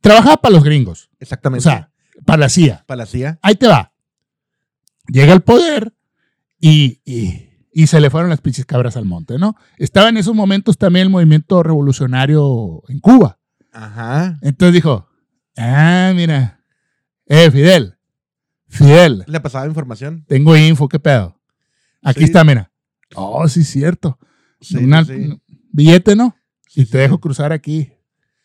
[SPEAKER 2] Trabajaba para los gringos, o
[SPEAKER 1] Exactamente.
[SPEAKER 2] sea, para la CIA.
[SPEAKER 1] para la CIA.
[SPEAKER 2] Ahí te va. Llega al poder y, y- y se le fueron las pinches cabras al monte, ¿no? Estaba en esos momentos también el movimiento revolucionario en Cuba.
[SPEAKER 1] Ajá.
[SPEAKER 2] Entonces dijo, ah, mira, eh, Fidel, Fidel,
[SPEAKER 1] Le pasaba información.
[SPEAKER 2] tengo info, qué pedo. Aquí
[SPEAKER 1] Sí.
[SPEAKER 2] está, mira. Oh, sí, cierto.
[SPEAKER 1] Sí,
[SPEAKER 2] Una-
[SPEAKER 1] sí,
[SPEAKER 2] Billete, ¿no?
[SPEAKER 1] Sí,
[SPEAKER 2] y
[SPEAKER 1] sí,
[SPEAKER 2] te dejo
[SPEAKER 1] sí.
[SPEAKER 2] cruzar aquí.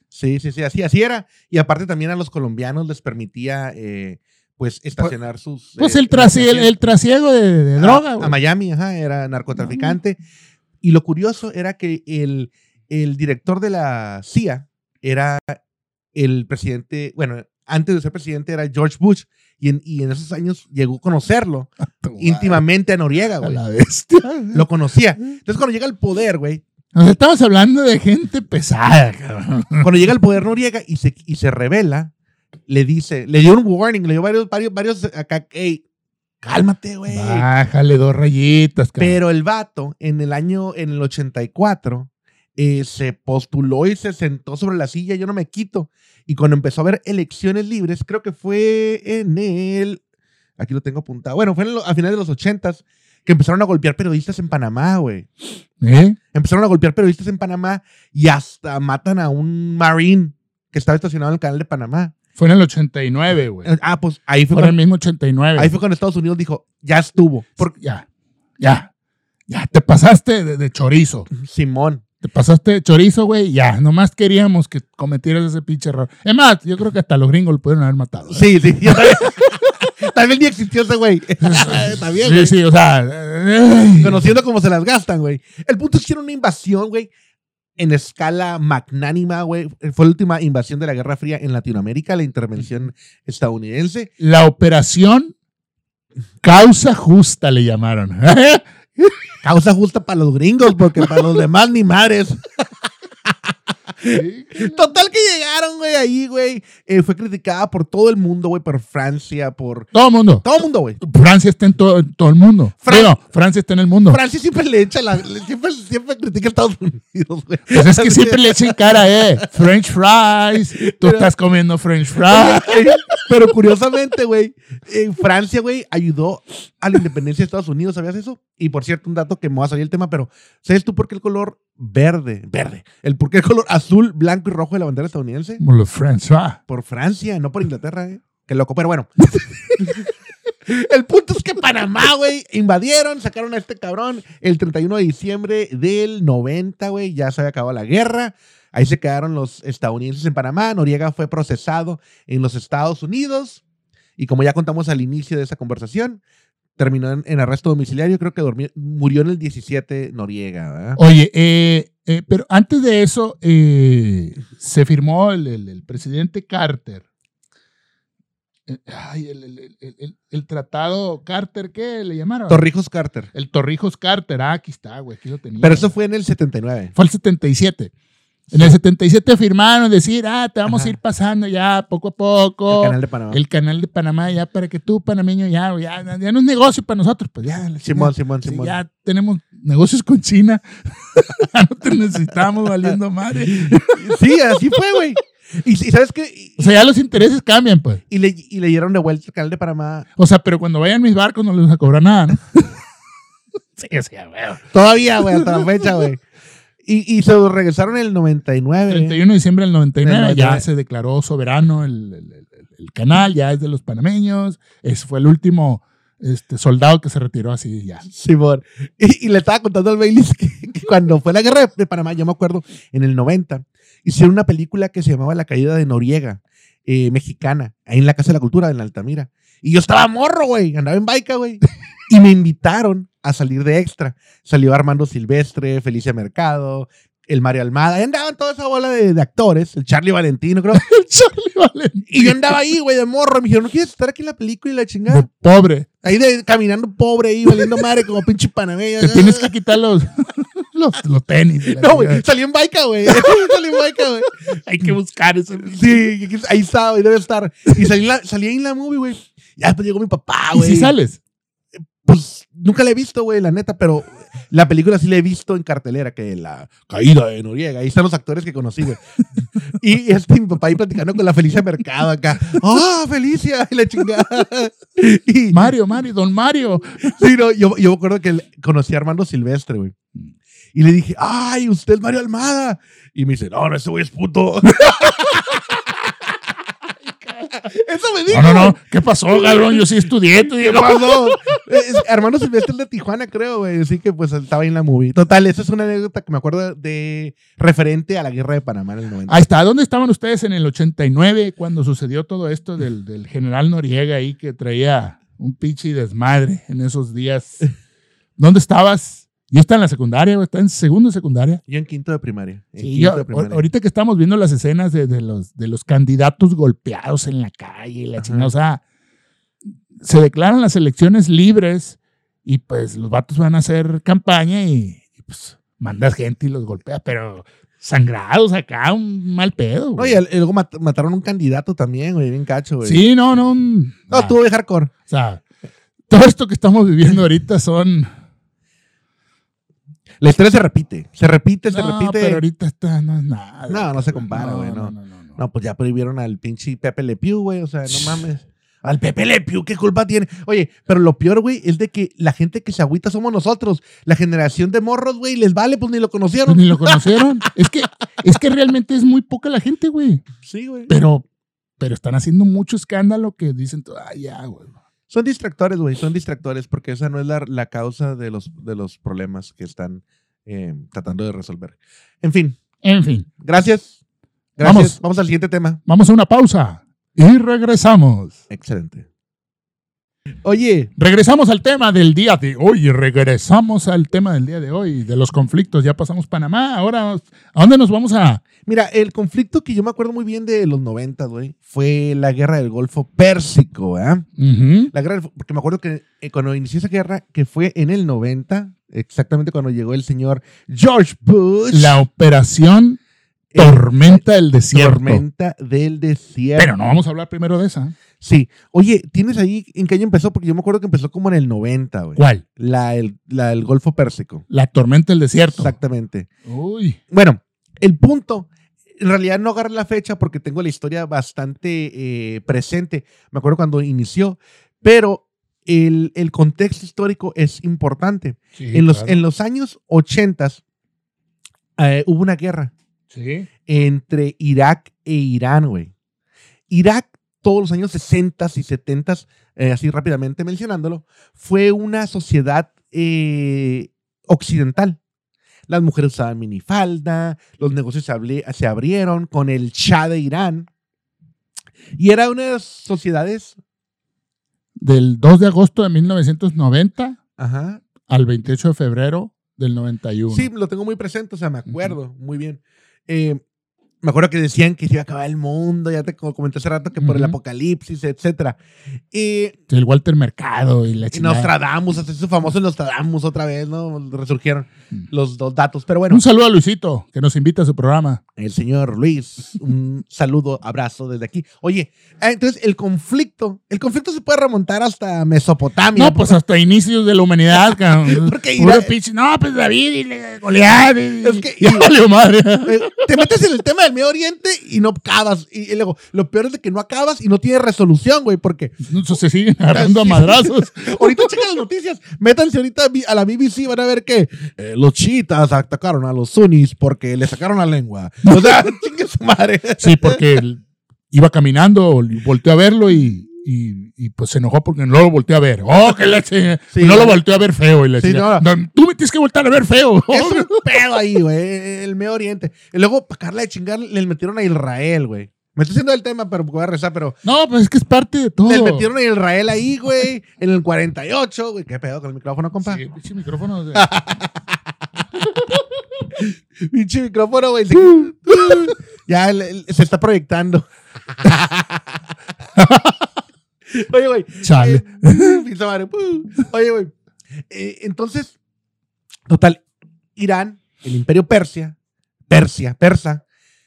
[SPEAKER 1] sí, sí, sí, así, así era. Y aparte también a los colombianos les permitía, eh, pues, estacionar sus...
[SPEAKER 2] Pues
[SPEAKER 1] eh,
[SPEAKER 2] el, trasi- el,
[SPEAKER 1] mercancías
[SPEAKER 2] el trasiego de, de
[SPEAKER 1] a-
[SPEAKER 2] droga,
[SPEAKER 1] Ah, A,
[SPEAKER 2] güey.
[SPEAKER 1] Miami, ajá, era narcotraficante. Y lo curioso era que el, el director de la CIA era el presidente, bueno, antes de ser presidente era George Bush. Y en, y en esos años llegó a conocerlo íntimamente a Noriega,
[SPEAKER 2] A
[SPEAKER 1] güey.
[SPEAKER 2] la bestia.
[SPEAKER 1] Lo conocía. Entonces, cuando llega al poder, güey,
[SPEAKER 2] Nos estamos hablando de gente pesada, cabrón.
[SPEAKER 1] cuando llega al poder Noriega y se, y se revela, le dice, le dio un warning, le dio varios, varios, varios acá, hey, cálmate, güey.
[SPEAKER 2] Bájale dos rayitas, cabrón.
[SPEAKER 1] Pero el vato, en el año, en el 84, eh, se postuló y se sentó sobre la silla, yo no me quito. Y cuando empezó a haber elecciones libres, creo que fue en el... Aquí lo tengo apuntado. Bueno, fue en lo- a finales de los 80 que empezaron a golpear periodistas en Panamá, güey.
[SPEAKER 2] ¿Eh?
[SPEAKER 1] Empezaron a golpear periodistas en Panamá y hasta matan a un marine que estaba estacionado en el canal de Panamá.
[SPEAKER 2] Fue en el 89, güey.
[SPEAKER 1] Eh, Ah, pues ahí fue,
[SPEAKER 2] Fue en el
[SPEAKER 1] cuando,
[SPEAKER 2] mismo 89.
[SPEAKER 1] ahí fue cuando Estados Unidos dijo, ya estuvo. Por
[SPEAKER 2] Porque ya, ya, ya, te pasaste de, de chorizo.
[SPEAKER 1] Simón.
[SPEAKER 2] Te pasaste de chorizo, güey. Ya, nomás queríamos que cometieras ese pinche error. Es más, yo creo que hasta los gringos lo pudieron haber matado. ¿eh?
[SPEAKER 1] Sí, sí. yo también, también ni existió ese
[SPEAKER 2] (laughs)
[SPEAKER 1] güey. (laughs) Está bien,
[SPEAKER 2] Sí,
[SPEAKER 1] güey.
[SPEAKER 2] sí, o sea. ay.
[SPEAKER 1] Conociendo cómo se las gastan, güey. El punto es que era una invasión, güey, en escala magnánima, güey. Fue la última invasión de la Guerra Fría en Latinoamérica, la intervención estadounidense.
[SPEAKER 2] La operación causa justa le llamaron. (laughs)
[SPEAKER 1] Causa justa para los gringos, porque para los demás ni mares. Total que llegaron, güey, ahí, güey. Eh, fue criticada por todo el mundo, güey, por Francia, por
[SPEAKER 2] Todo el mundo.
[SPEAKER 1] todo el mundo, güey.
[SPEAKER 2] Francia está en todo, en todo el mundo.
[SPEAKER 1] Fran-
[SPEAKER 2] Digo, Francia está en el mundo.
[SPEAKER 1] Francia siempre le echa la. le- Siempre, siempre critica a Estados Unidos, güey.
[SPEAKER 2] Pues es que
[SPEAKER 1] (laughs)
[SPEAKER 2] siempre le echen cara, eh. French fries. Tú estás comiendo French fries.
[SPEAKER 1] (laughs) Pero curiosamente, güey, eh, Francia, güey, ayudó a la independencia de Estados Unidos, ¿sabías eso? Y por cierto, un dato que me va a salir el tema, pero ¿sabes tú por qué el color verde, verde, el por qué el color azul, blanco y rojo de la bandera estadounidense?
[SPEAKER 2] Como los French fries.
[SPEAKER 1] Por Francia, no por Inglaterra, ¿eh? Qué loco, pero
[SPEAKER 2] (laughs)
[SPEAKER 1] bueno. El punto es que Panamá, güey, invadieron, sacaron a este cabrón el 31 de diciembre del 90, güey, ya se había acabado la guerra. Ahí se quedaron los estadounidenses en Panamá. Noriega fue procesado en los Estados Unidos. Y como ya contamos al inicio de esa conversación, terminó en, en arresto domiciliario, creo que dormi- murió en el 17 Noriega, ¿verdad?
[SPEAKER 2] Oye, eh, eh, pero antes de eso, eh, se firmó el, el- el presidente Carter. Eh, ay, el, el- el- el- el- el tratado Carter, ¿qué le llamaron?
[SPEAKER 1] Torrijos Carter.
[SPEAKER 2] el Torrijos Carter. Ah, aquí está, güey, aquí lo tenía.
[SPEAKER 1] Pero eso fue en el 79.
[SPEAKER 2] Fue el 77. En el 77 firmaron decir, ah, te vamos
[SPEAKER 1] Ajá.
[SPEAKER 2] a ir pasando ya poco a
[SPEAKER 1] El
[SPEAKER 2] poco.
[SPEAKER 1] canal de Panamá.
[SPEAKER 2] Oh, el canal de Panamá ya para que tú, panameño, ya, güey, ya, ya no es negocio para nosotros, pues ya. la
[SPEAKER 1] Simón,
[SPEAKER 2] (laughs) chingada.
[SPEAKER 1] Simón,
[SPEAKER 2] Sí,
[SPEAKER 1] Simón.
[SPEAKER 2] ya tenemos negocios con China. (laughs) Ya no te necesitamos valiendo madre.
[SPEAKER 1] Sí, así fue, güey. Y, y sabes qué? Y,
[SPEAKER 2] O sea, ya los intereses cambian, pues.
[SPEAKER 1] y le, y le dieron de vuelta el canal de Panamá.
[SPEAKER 2] O sea, pero cuando vayan mis barcos no les van a cobrar nada, ¿no? (laughs) sí, o sea, güey.
[SPEAKER 1] Todavía, güey, hasta la fecha, güey. Y, y se lo regresaron en el 99.
[SPEAKER 2] 31 de diciembre del 99
[SPEAKER 1] Del
[SPEAKER 2] ya
[SPEAKER 1] 99.
[SPEAKER 2] se declaró soberano el, el- el- el canal, ya es de los panameños. Ese fue el último este, soldado que se retiró
[SPEAKER 1] (laughs)
[SPEAKER 2] así ya.
[SPEAKER 1] Simón. Y, y le estaba contando al Baileys que, que cuando fue la guerra de- de Panamá, yo me acuerdo, en el 90, hicieron una película que se llamaba La caída de Noriega, eh, mexicana, ahí en la Casa de la Cultura, en Altamira. Y yo estaba morro, güey, andaba en baica,
[SPEAKER 2] (laughs)
[SPEAKER 1] güey. Y me invitaron a salir de extra. Salió Armando Silvestre, Felicia Mercado, el Mario Almada. Ahí andaban toda esa bola de, de actores, el Charlie Valentino, creo.
[SPEAKER 2] El Charlie Valentín.
[SPEAKER 1] Y yo andaba ahí, güey, de morro. Me dijeron, ¿no quieres estar aquí en la película y la chingada?
[SPEAKER 2] De Pobre.
[SPEAKER 1] Ahí de, caminando pobre ahí, valiendo madre como pinche panameño.
[SPEAKER 2] Te tienes que quitar los, (laughs) los, los tenis. y la
[SPEAKER 1] No, güey,
[SPEAKER 2] chingada.
[SPEAKER 1] salió en baica,
[SPEAKER 2] (laughs)
[SPEAKER 1] güey. salió en baica, güey.
[SPEAKER 2] Hay que buscar eso.
[SPEAKER 1] Sí, ahí estaba, güey, debe estar. Y salí, en la- salí ahí en la movie, güey. Ya después llegó mi papá,
[SPEAKER 2] ¿Y
[SPEAKER 1] Ah, güey.
[SPEAKER 2] si sales?
[SPEAKER 1] Pues nunca la he visto, güey, la neta, pero la película sí la he visto en cartelera, que la caída de Noriega. Ahí están los actores que conocí,
[SPEAKER 2] (laughs)
[SPEAKER 1] güey. Y este, mi papá ahí platicando con la Felicia Mercado acá. ¡Ah, Felicia! Y la
[SPEAKER 2] (laughs)
[SPEAKER 1] chingada. Y,
[SPEAKER 2] Mario, Mario, don Mario.
[SPEAKER 1] Sí, no, yo, yo me acuerdo que le- conocí a Armando Silvestre, güey. Y le dije, ay, usted es Mario Almada. Y me dice, no, no, ese güey es puto. (laughs) Eso me dijo.
[SPEAKER 2] No, no, no. ¿Qué pasó, cabrón? Yo sí estudié. estudié.
[SPEAKER 1] ¿Qué pasó? Es- Armando Silvestre es de Tijuana, creo, güey. Así que pues estaba ahí en la movie. Total, esa es una anécdota que me acuerdo de referente a la guerra de Panamá en el 90.
[SPEAKER 2] Ahí está. ¿Dónde estaban ustedes en el 89 cuando sucedió todo esto del, del general Noriega ahí que traía un pinche desmadre en esos días? ¿Dónde estabas? Yo estaba en la secundaria, güey, estaba en segundo de secundaria.
[SPEAKER 1] Yo en quinto de primaria. En
[SPEAKER 2] Sí,
[SPEAKER 1] quinto
[SPEAKER 2] yo-
[SPEAKER 1] de
[SPEAKER 2] ahor-
[SPEAKER 1] primaria.
[SPEAKER 2] ahorita que estamos viendo las escenas de, de los, de los candidatos golpeados en la calle, la
[SPEAKER 1] Ajá.
[SPEAKER 2] chingada, o sea, se declaran las elecciones libres y pues los vatos van a hacer campaña y, y, pues mandas gente y los golpeas, pero sangrados acá, un mal pedo.
[SPEAKER 1] No,
[SPEAKER 2] güey.
[SPEAKER 1] y al- luego mat- mataron a un candidato también, güey, bien cacho, güey.
[SPEAKER 2] sí, no, no. un-
[SPEAKER 1] No,
[SPEAKER 2] ah,
[SPEAKER 1] estuvo de hardcore.
[SPEAKER 2] O sea, todo esto que estamos viviendo
[SPEAKER 1] (laughs)
[SPEAKER 2] ahorita son...
[SPEAKER 1] La historia se repite, se repite, se
[SPEAKER 2] No,
[SPEAKER 1] repite.
[SPEAKER 2] pero ahorita está, no es nada.
[SPEAKER 1] No, no se compara, güey, no.
[SPEAKER 2] no, no.
[SPEAKER 1] No, pues ya prohibieron al pinche Pepe Le Pew, güey. O sea, no mames. Al Pepe Le Pew, ¿qué culpa tiene? Oye, pero lo peor, güey, es de que la gente que se agüita somos nosotros. La generación de morros, güey, les vale, pues ni lo
[SPEAKER 2] Pues
[SPEAKER 1] conocieron.
[SPEAKER 2] ni lo conocieron. es, que, es que realmente es muy poca la gente, güey.
[SPEAKER 1] Sí, güey.
[SPEAKER 2] Pero, pero están haciendo mucho escándalo que dicen, ah, ya, güey.
[SPEAKER 1] Son distractores, güey, son distractores, porque esa no es la, la causa de los, de los problemas que están eh, tratando de resolver. En fin,
[SPEAKER 2] En fin,
[SPEAKER 1] gracias. Gracias.
[SPEAKER 2] Vamos.
[SPEAKER 1] Vamos al siguiente tema.
[SPEAKER 2] vamos a una pausa y regresamos.
[SPEAKER 1] Excelente. Oye,
[SPEAKER 2] Regresamos al tema del día de hoy, regresamos al tema del día de hoy, de los conflictos. Ya pasamos Panamá, ahora, ¿a dónde nos vamos a...?
[SPEAKER 1] Mira, el conflicto que yo me acuerdo muy bien de los 90, güey, fue la guerra del Golfo Pérsico, ¿verdad?
[SPEAKER 2] Ujú.
[SPEAKER 1] La guerra del- porque me acuerdo que eh, cuando inició esa guerra, que fue en el 90, exactamente cuando llegó el señor George Bush,
[SPEAKER 2] La operación
[SPEAKER 1] eh,
[SPEAKER 2] Tormenta del Desierto.
[SPEAKER 1] tormenta del desierto.
[SPEAKER 2] Pero no vamos a hablar primero de esa.
[SPEAKER 1] Sí. Oye, ¿tienes ahí en qué año empezó? Porque yo me acuerdo que empezó como en el 90, güey.
[SPEAKER 2] ¿Cuál?
[SPEAKER 1] La, el- la del Golfo Pérsico.
[SPEAKER 2] La Tormenta del Desierto.
[SPEAKER 1] Exactamente.
[SPEAKER 2] Uy.
[SPEAKER 1] Bueno, el punto, en realidad no agarré la fecha porque tengo la historia bastante eh, presente. Me acuerdo cuando inició, pero el, el contexto histórico es importante.
[SPEAKER 2] Sí,
[SPEAKER 1] en, los,
[SPEAKER 2] claro.
[SPEAKER 1] en los años 80 eh, hubo una guerra
[SPEAKER 2] Sí.
[SPEAKER 1] entre Irak e Irán, güey. Irak, todos los años 60 y 70, eh, así rápidamente mencionándolo, fue una sociedad eh, occidental. Las mujeres usaban minifalda, los negocios se, abri- se abrieron con el Shah de Irán. Y era una de las sociedades
[SPEAKER 2] del 2 de agosto de 1990
[SPEAKER 1] Ajá.
[SPEAKER 2] al 28 de febrero del 91.
[SPEAKER 1] Sí, lo tengo muy presente, o sea, me acuerdo muy bien. Eh, me acuerdo que decían que se iba a acabar el mundo, ya te co- comenté hace rato que por el
[SPEAKER 2] Ujú.
[SPEAKER 1] apocalipsis, etcétera. Y,
[SPEAKER 2] El Walter Mercado y la
[SPEAKER 1] y
[SPEAKER 2] chingada.
[SPEAKER 1] Nostradamus, así su famoso Nostradamus otra vez, ¿no? Resurgieron
[SPEAKER 2] Mm.
[SPEAKER 1] los dos datos. Pero bueno,
[SPEAKER 2] Un saludo a Luisito, que nos invita a su programa.
[SPEAKER 1] el señor Luis, un saludo, abrazo desde aquí. Oye, ah, entonces el conflicto, el conflicto se puede remontar hasta Mesopotamia.
[SPEAKER 2] No, pues hasta inicios de la
[SPEAKER 1] (laughs)
[SPEAKER 2] humanidad, cabrón.
[SPEAKER 1] Ah, Porque
[SPEAKER 2] Puro
[SPEAKER 1] Ira-
[SPEAKER 2] pinche, No, pues David y le- Goliat. y-
[SPEAKER 1] Es que-
[SPEAKER 2] y- ya valió madre.
[SPEAKER 1] Eh, te metes en el tema del Medio Oriente y no acabas. Y, y luego, lo peor es de que no acabas y no tiene resolución, güey, porque
[SPEAKER 2] Entonces se siguen agarrando a madrazos.
[SPEAKER 1] ahorita chequen las noticias. Métanse ahorita a bi- a la BBC, van a ver que eh, los chiitas atacaron a los sunnis porque le sacaron la lengua. O sea, chingue su madre.
[SPEAKER 2] Sí, porque él iba caminando, volteó a verlo y, y- y, pues se enojó porque no lo volteó a ver. ¡Oh, que la chinga!
[SPEAKER 1] Sí.
[SPEAKER 2] no lo volteó a ver feo. Y la
[SPEAKER 1] Sí,
[SPEAKER 2] chinga,
[SPEAKER 1] no.
[SPEAKER 2] "No, Tú me tienes que voltear a ver feo.
[SPEAKER 1] Es un
[SPEAKER 2] (laughs)
[SPEAKER 1] pedo ahí, güey, el Medio Oriente. Y luego, para Carla de chingar, le metieron a Israel, güey. Me estoy haciendo el tema, pero voy a rezar, pero
[SPEAKER 2] No, pues es que es parte de todo.
[SPEAKER 1] le metieron a Israel ahí, güey, en el 48, güey. ¿Qué pedo con el micrófono, compa?
[SPEAKER 2] Sí, pinche
[SPEAKER 1] (laughs)
[SPEAKER 2] micrófono. de-
[SPEAKER 1] Pinche micrófono, güey. se- (laughs) ya el- el- se está proyectando. (laughs) Oye, güey.
[SPEAKER 2] Chale.
[SPEAKER 1] eh, (laughs) pinza madre, pu. Oye, güey. eh, entonces, total, Irán, el imperio Persia, Persia, persa,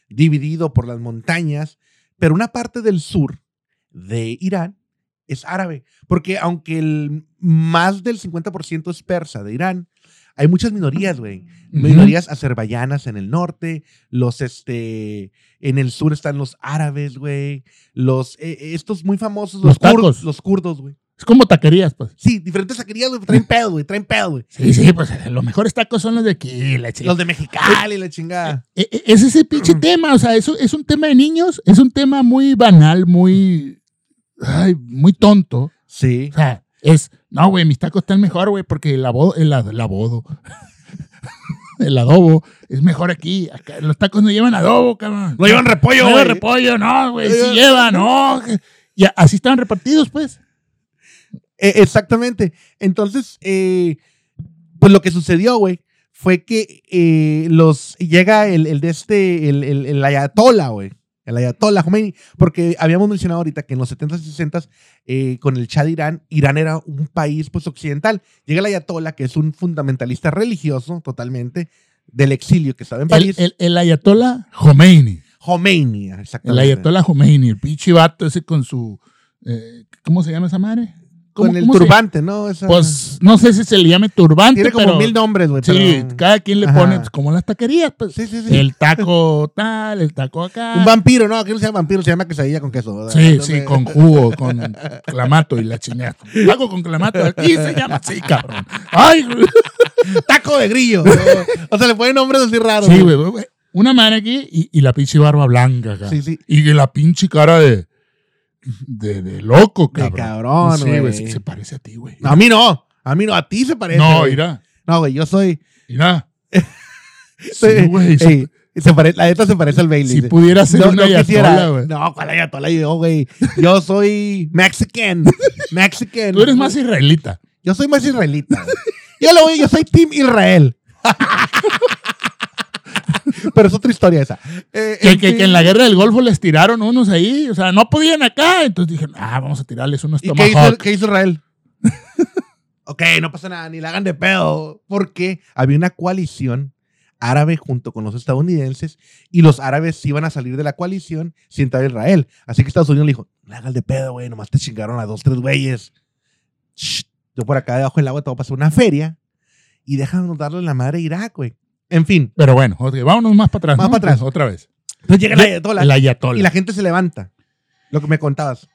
[SPEAKER 1] dividido por las montañas, pero una parte del sur de Irán es árabe, porque aunque el más del 50% es persa de Irán, hay muchas minorías, güey minorías azerbaiyanas en el norte, los este en el sur están los árabes, güey, los eh, estos muy famosos los,
[SPEAKER 2] Los
[SPEAKER 1] kurdos,
[SPEAKER 2] tacos.
[SPEAKER 1] los kurdos, güey.
[SPEAKER 2] Es como taquerías, pues.
[SPEAKER 1] Sí, diferentes saquerías, güey, traen pedo, güey, traen pedo, güey.
[SPEAKER 2] Sí, sí, pues los mejores tacos son los de aquí, la chingada.
[SPEAKER 1] Los de Mexicali, la chingada.
[SPEAKER 2] E- e- Es ese pinche tema, o sea, eso es un tema de niños, es un tema muy banal, muy, ay, muy tonto.
[SPEAKER 1] Sí.
[SPEAKER 2] O sea, es, no, güey, mis tacos están mejor, güey, porque el abodo, el, ad- el abodo, (laughs) el adobo es mejor aquí. Acá los tacos no llevan adobo, cabrón.
[SPEAKER 1] No llevan repollo,
[SPEAKER 2] No llevan
[SPEAKER 1] güey.
[SPEAKER 2] repollo, no, güey,
[SPEAKER 1] No
[SPEAKER 2] sí
[SPEAKER 1] llevan-
[SPEAKER 2] llevan, no. Y a- así están repartidos, pues.
[SPEAKER 1] Eh, exactamente. Entonces, eh, pues lo que sucedió, güey, fue que eh, los llega el, el de este, el, el, el ayatola, güey. El ayatola Khomeini, porque habíamos mencionado ahorita que en los 70s y 60s, eh, con el Shah de Irán, Irán era un país pues occidental. Llega el ayatola, que es un fundamentalista religioso totalmente, del exilio que estaba en
[SPEAKER 2] El,
[SPEAKER 1] París.
[SPEAKER 2] el, el ayatollah Khomeini.
[SPEAKER 1] Khomeini,
[SPEAKER 2] El
[SPEAKER 1] exactamente.
[SPEAKER 2] Ayatollah Khomeini, el pinche vato ese con su. eh, ¿Cómo se llama esa madre? ¿Cómo-
[SPEAKER 1] Con el
[SPEAKER 2] cómo se-
[SPEAKER 1] turbante, ¿no? Esa-
[SPEAKER 2] Pues no sé si se le llame turbante,
[SPEAKER 1] tiene como
[SPEAKER 2] pero.
[SPEAKER 1] mil nombres, güey.
[SPEAKER 2] sí,
[SPEAKER 1] pero-
[SPEAKER 2] cada quien le
[SPEAKER 1] Ajá.
[SPEAKER 2] pone pues, como las taquerías, pues.
[SPEAKER 1] sí, sí, sí.
[SPEAKER 2] El taco tal, el taco acá.
[SPEAKER 1] Un vampiro, no, aquí no se llama vampiro, se llama quesadilla con queso. ¿verdad?
[SPEAKER 2] Sí,
[SPEAKER 1] No
[SPEAKER 2] sí,
[SPEAKER 1] me-
[SPEAKER 2] con jugo, con clamato y la chingada. Taco con clamato, aquí se llama así, cabrón. Ay, güey.
[SPEAKER 1] (laughs) Taco de grillo. ¿no? o sea, le ponen nombres así raros.
[SPEAKER 2] Sí, güey, güey. Una mano aquí y, y la pinche barba blanca, acá.
[SPEAKER 1] Sí, sí.
[SPEAKER 2] Y la pinche cara de. De, de loco,
[SPEAKER 1] De
[SPEAKER 2] cabrón.
[SPEAKER 1] cabrón,
[SPEAKER 2] Sí, güey,
[SPEAKER 1] güey.
[SPEAKER 2] sí se parece a ti, güey.
[SPEAKER 1] No, a mí no. A mí no, a ti se parece.
[SPEAKER 2] No,
[SPEAKER 1] güey.
[SPEAKER 2] mira,
[SPEAKER 1] No, güey, yo soy. (laughs)
[SPEAKER 2] mira.
[SPEAKER 1] soy-
[SPEAKER 2] Sí, güey. si-
[SPEAKER 1] Ey, se pare- la neta se parece al Bailey.
[SPEAKER 2] si pudiera ser
[SPEAKER 1] no,
[SPEAKER 2] una
[SPEAKER 1] no quisiera.
[SPEAKER 2] ayatola, güey.
[SPEAKER 1] No, ¿cuál ayatola yo, güey? Yo soy
[SPEAKER 2] (laughs)
[SPEAKER 1] mexican. Mexican.
[SPEAKER 2] Tú eres más israelita.
[SPEAKER 1] Yo soy más israelita. güey. Yo lo voy, yo soy Team Israel. (laughs) Pero es otra historia esa. Eh,
[SPEAKER 2] Que,
[SPEAKER 1] en
[SPEAKER 2] que,
[SPEAKER 1] fin.
[SPEAKER 2] que en la guerra del Golfo les tiraron unos ahí, o sea, no podían acá. Entonces dijeron, ah, vamos a tirarles unos
[SPEAKER 1] ¿Y qué hizo,
[SPEAKER 2] Tomahawk.
[SPEAKER 1] qué hizo Israel? (laughs) ok, no pasa nada, ni la hagan de pedo. Porque había una coalición árabe junto con los estadounidenses y los árabes se iban a salir de la coalición sin entrar a Israel. Así que Estados Unidos le dijo, no la hagan de pedo, güey, nomás te chingaron a dos, tres güeyes. Shh, yo por acá debajo del agua te voy a pasar una feria y déjanos darle la madre a Irak, güey. En fin,
[SPEAKER 2] Pero bueno, ok, vámonos más para atrás.
[SPEAKER 1] Más
[SPEAKER 2] ¿no?
[SPEAKER 1] para atrás.
[SPEAKER 2] Pues, Otra vez.
[SPEAKER 1] entonces llega la
[SPEAKER 2] Ye-
[SPEAKER 1] ayatola
[SPEAKER 2] El
[SPEAKER 1] y
[SPEAKER 2] ayatollah.
[SPEAKER 1] la gente se levanta. Lo que me contabas.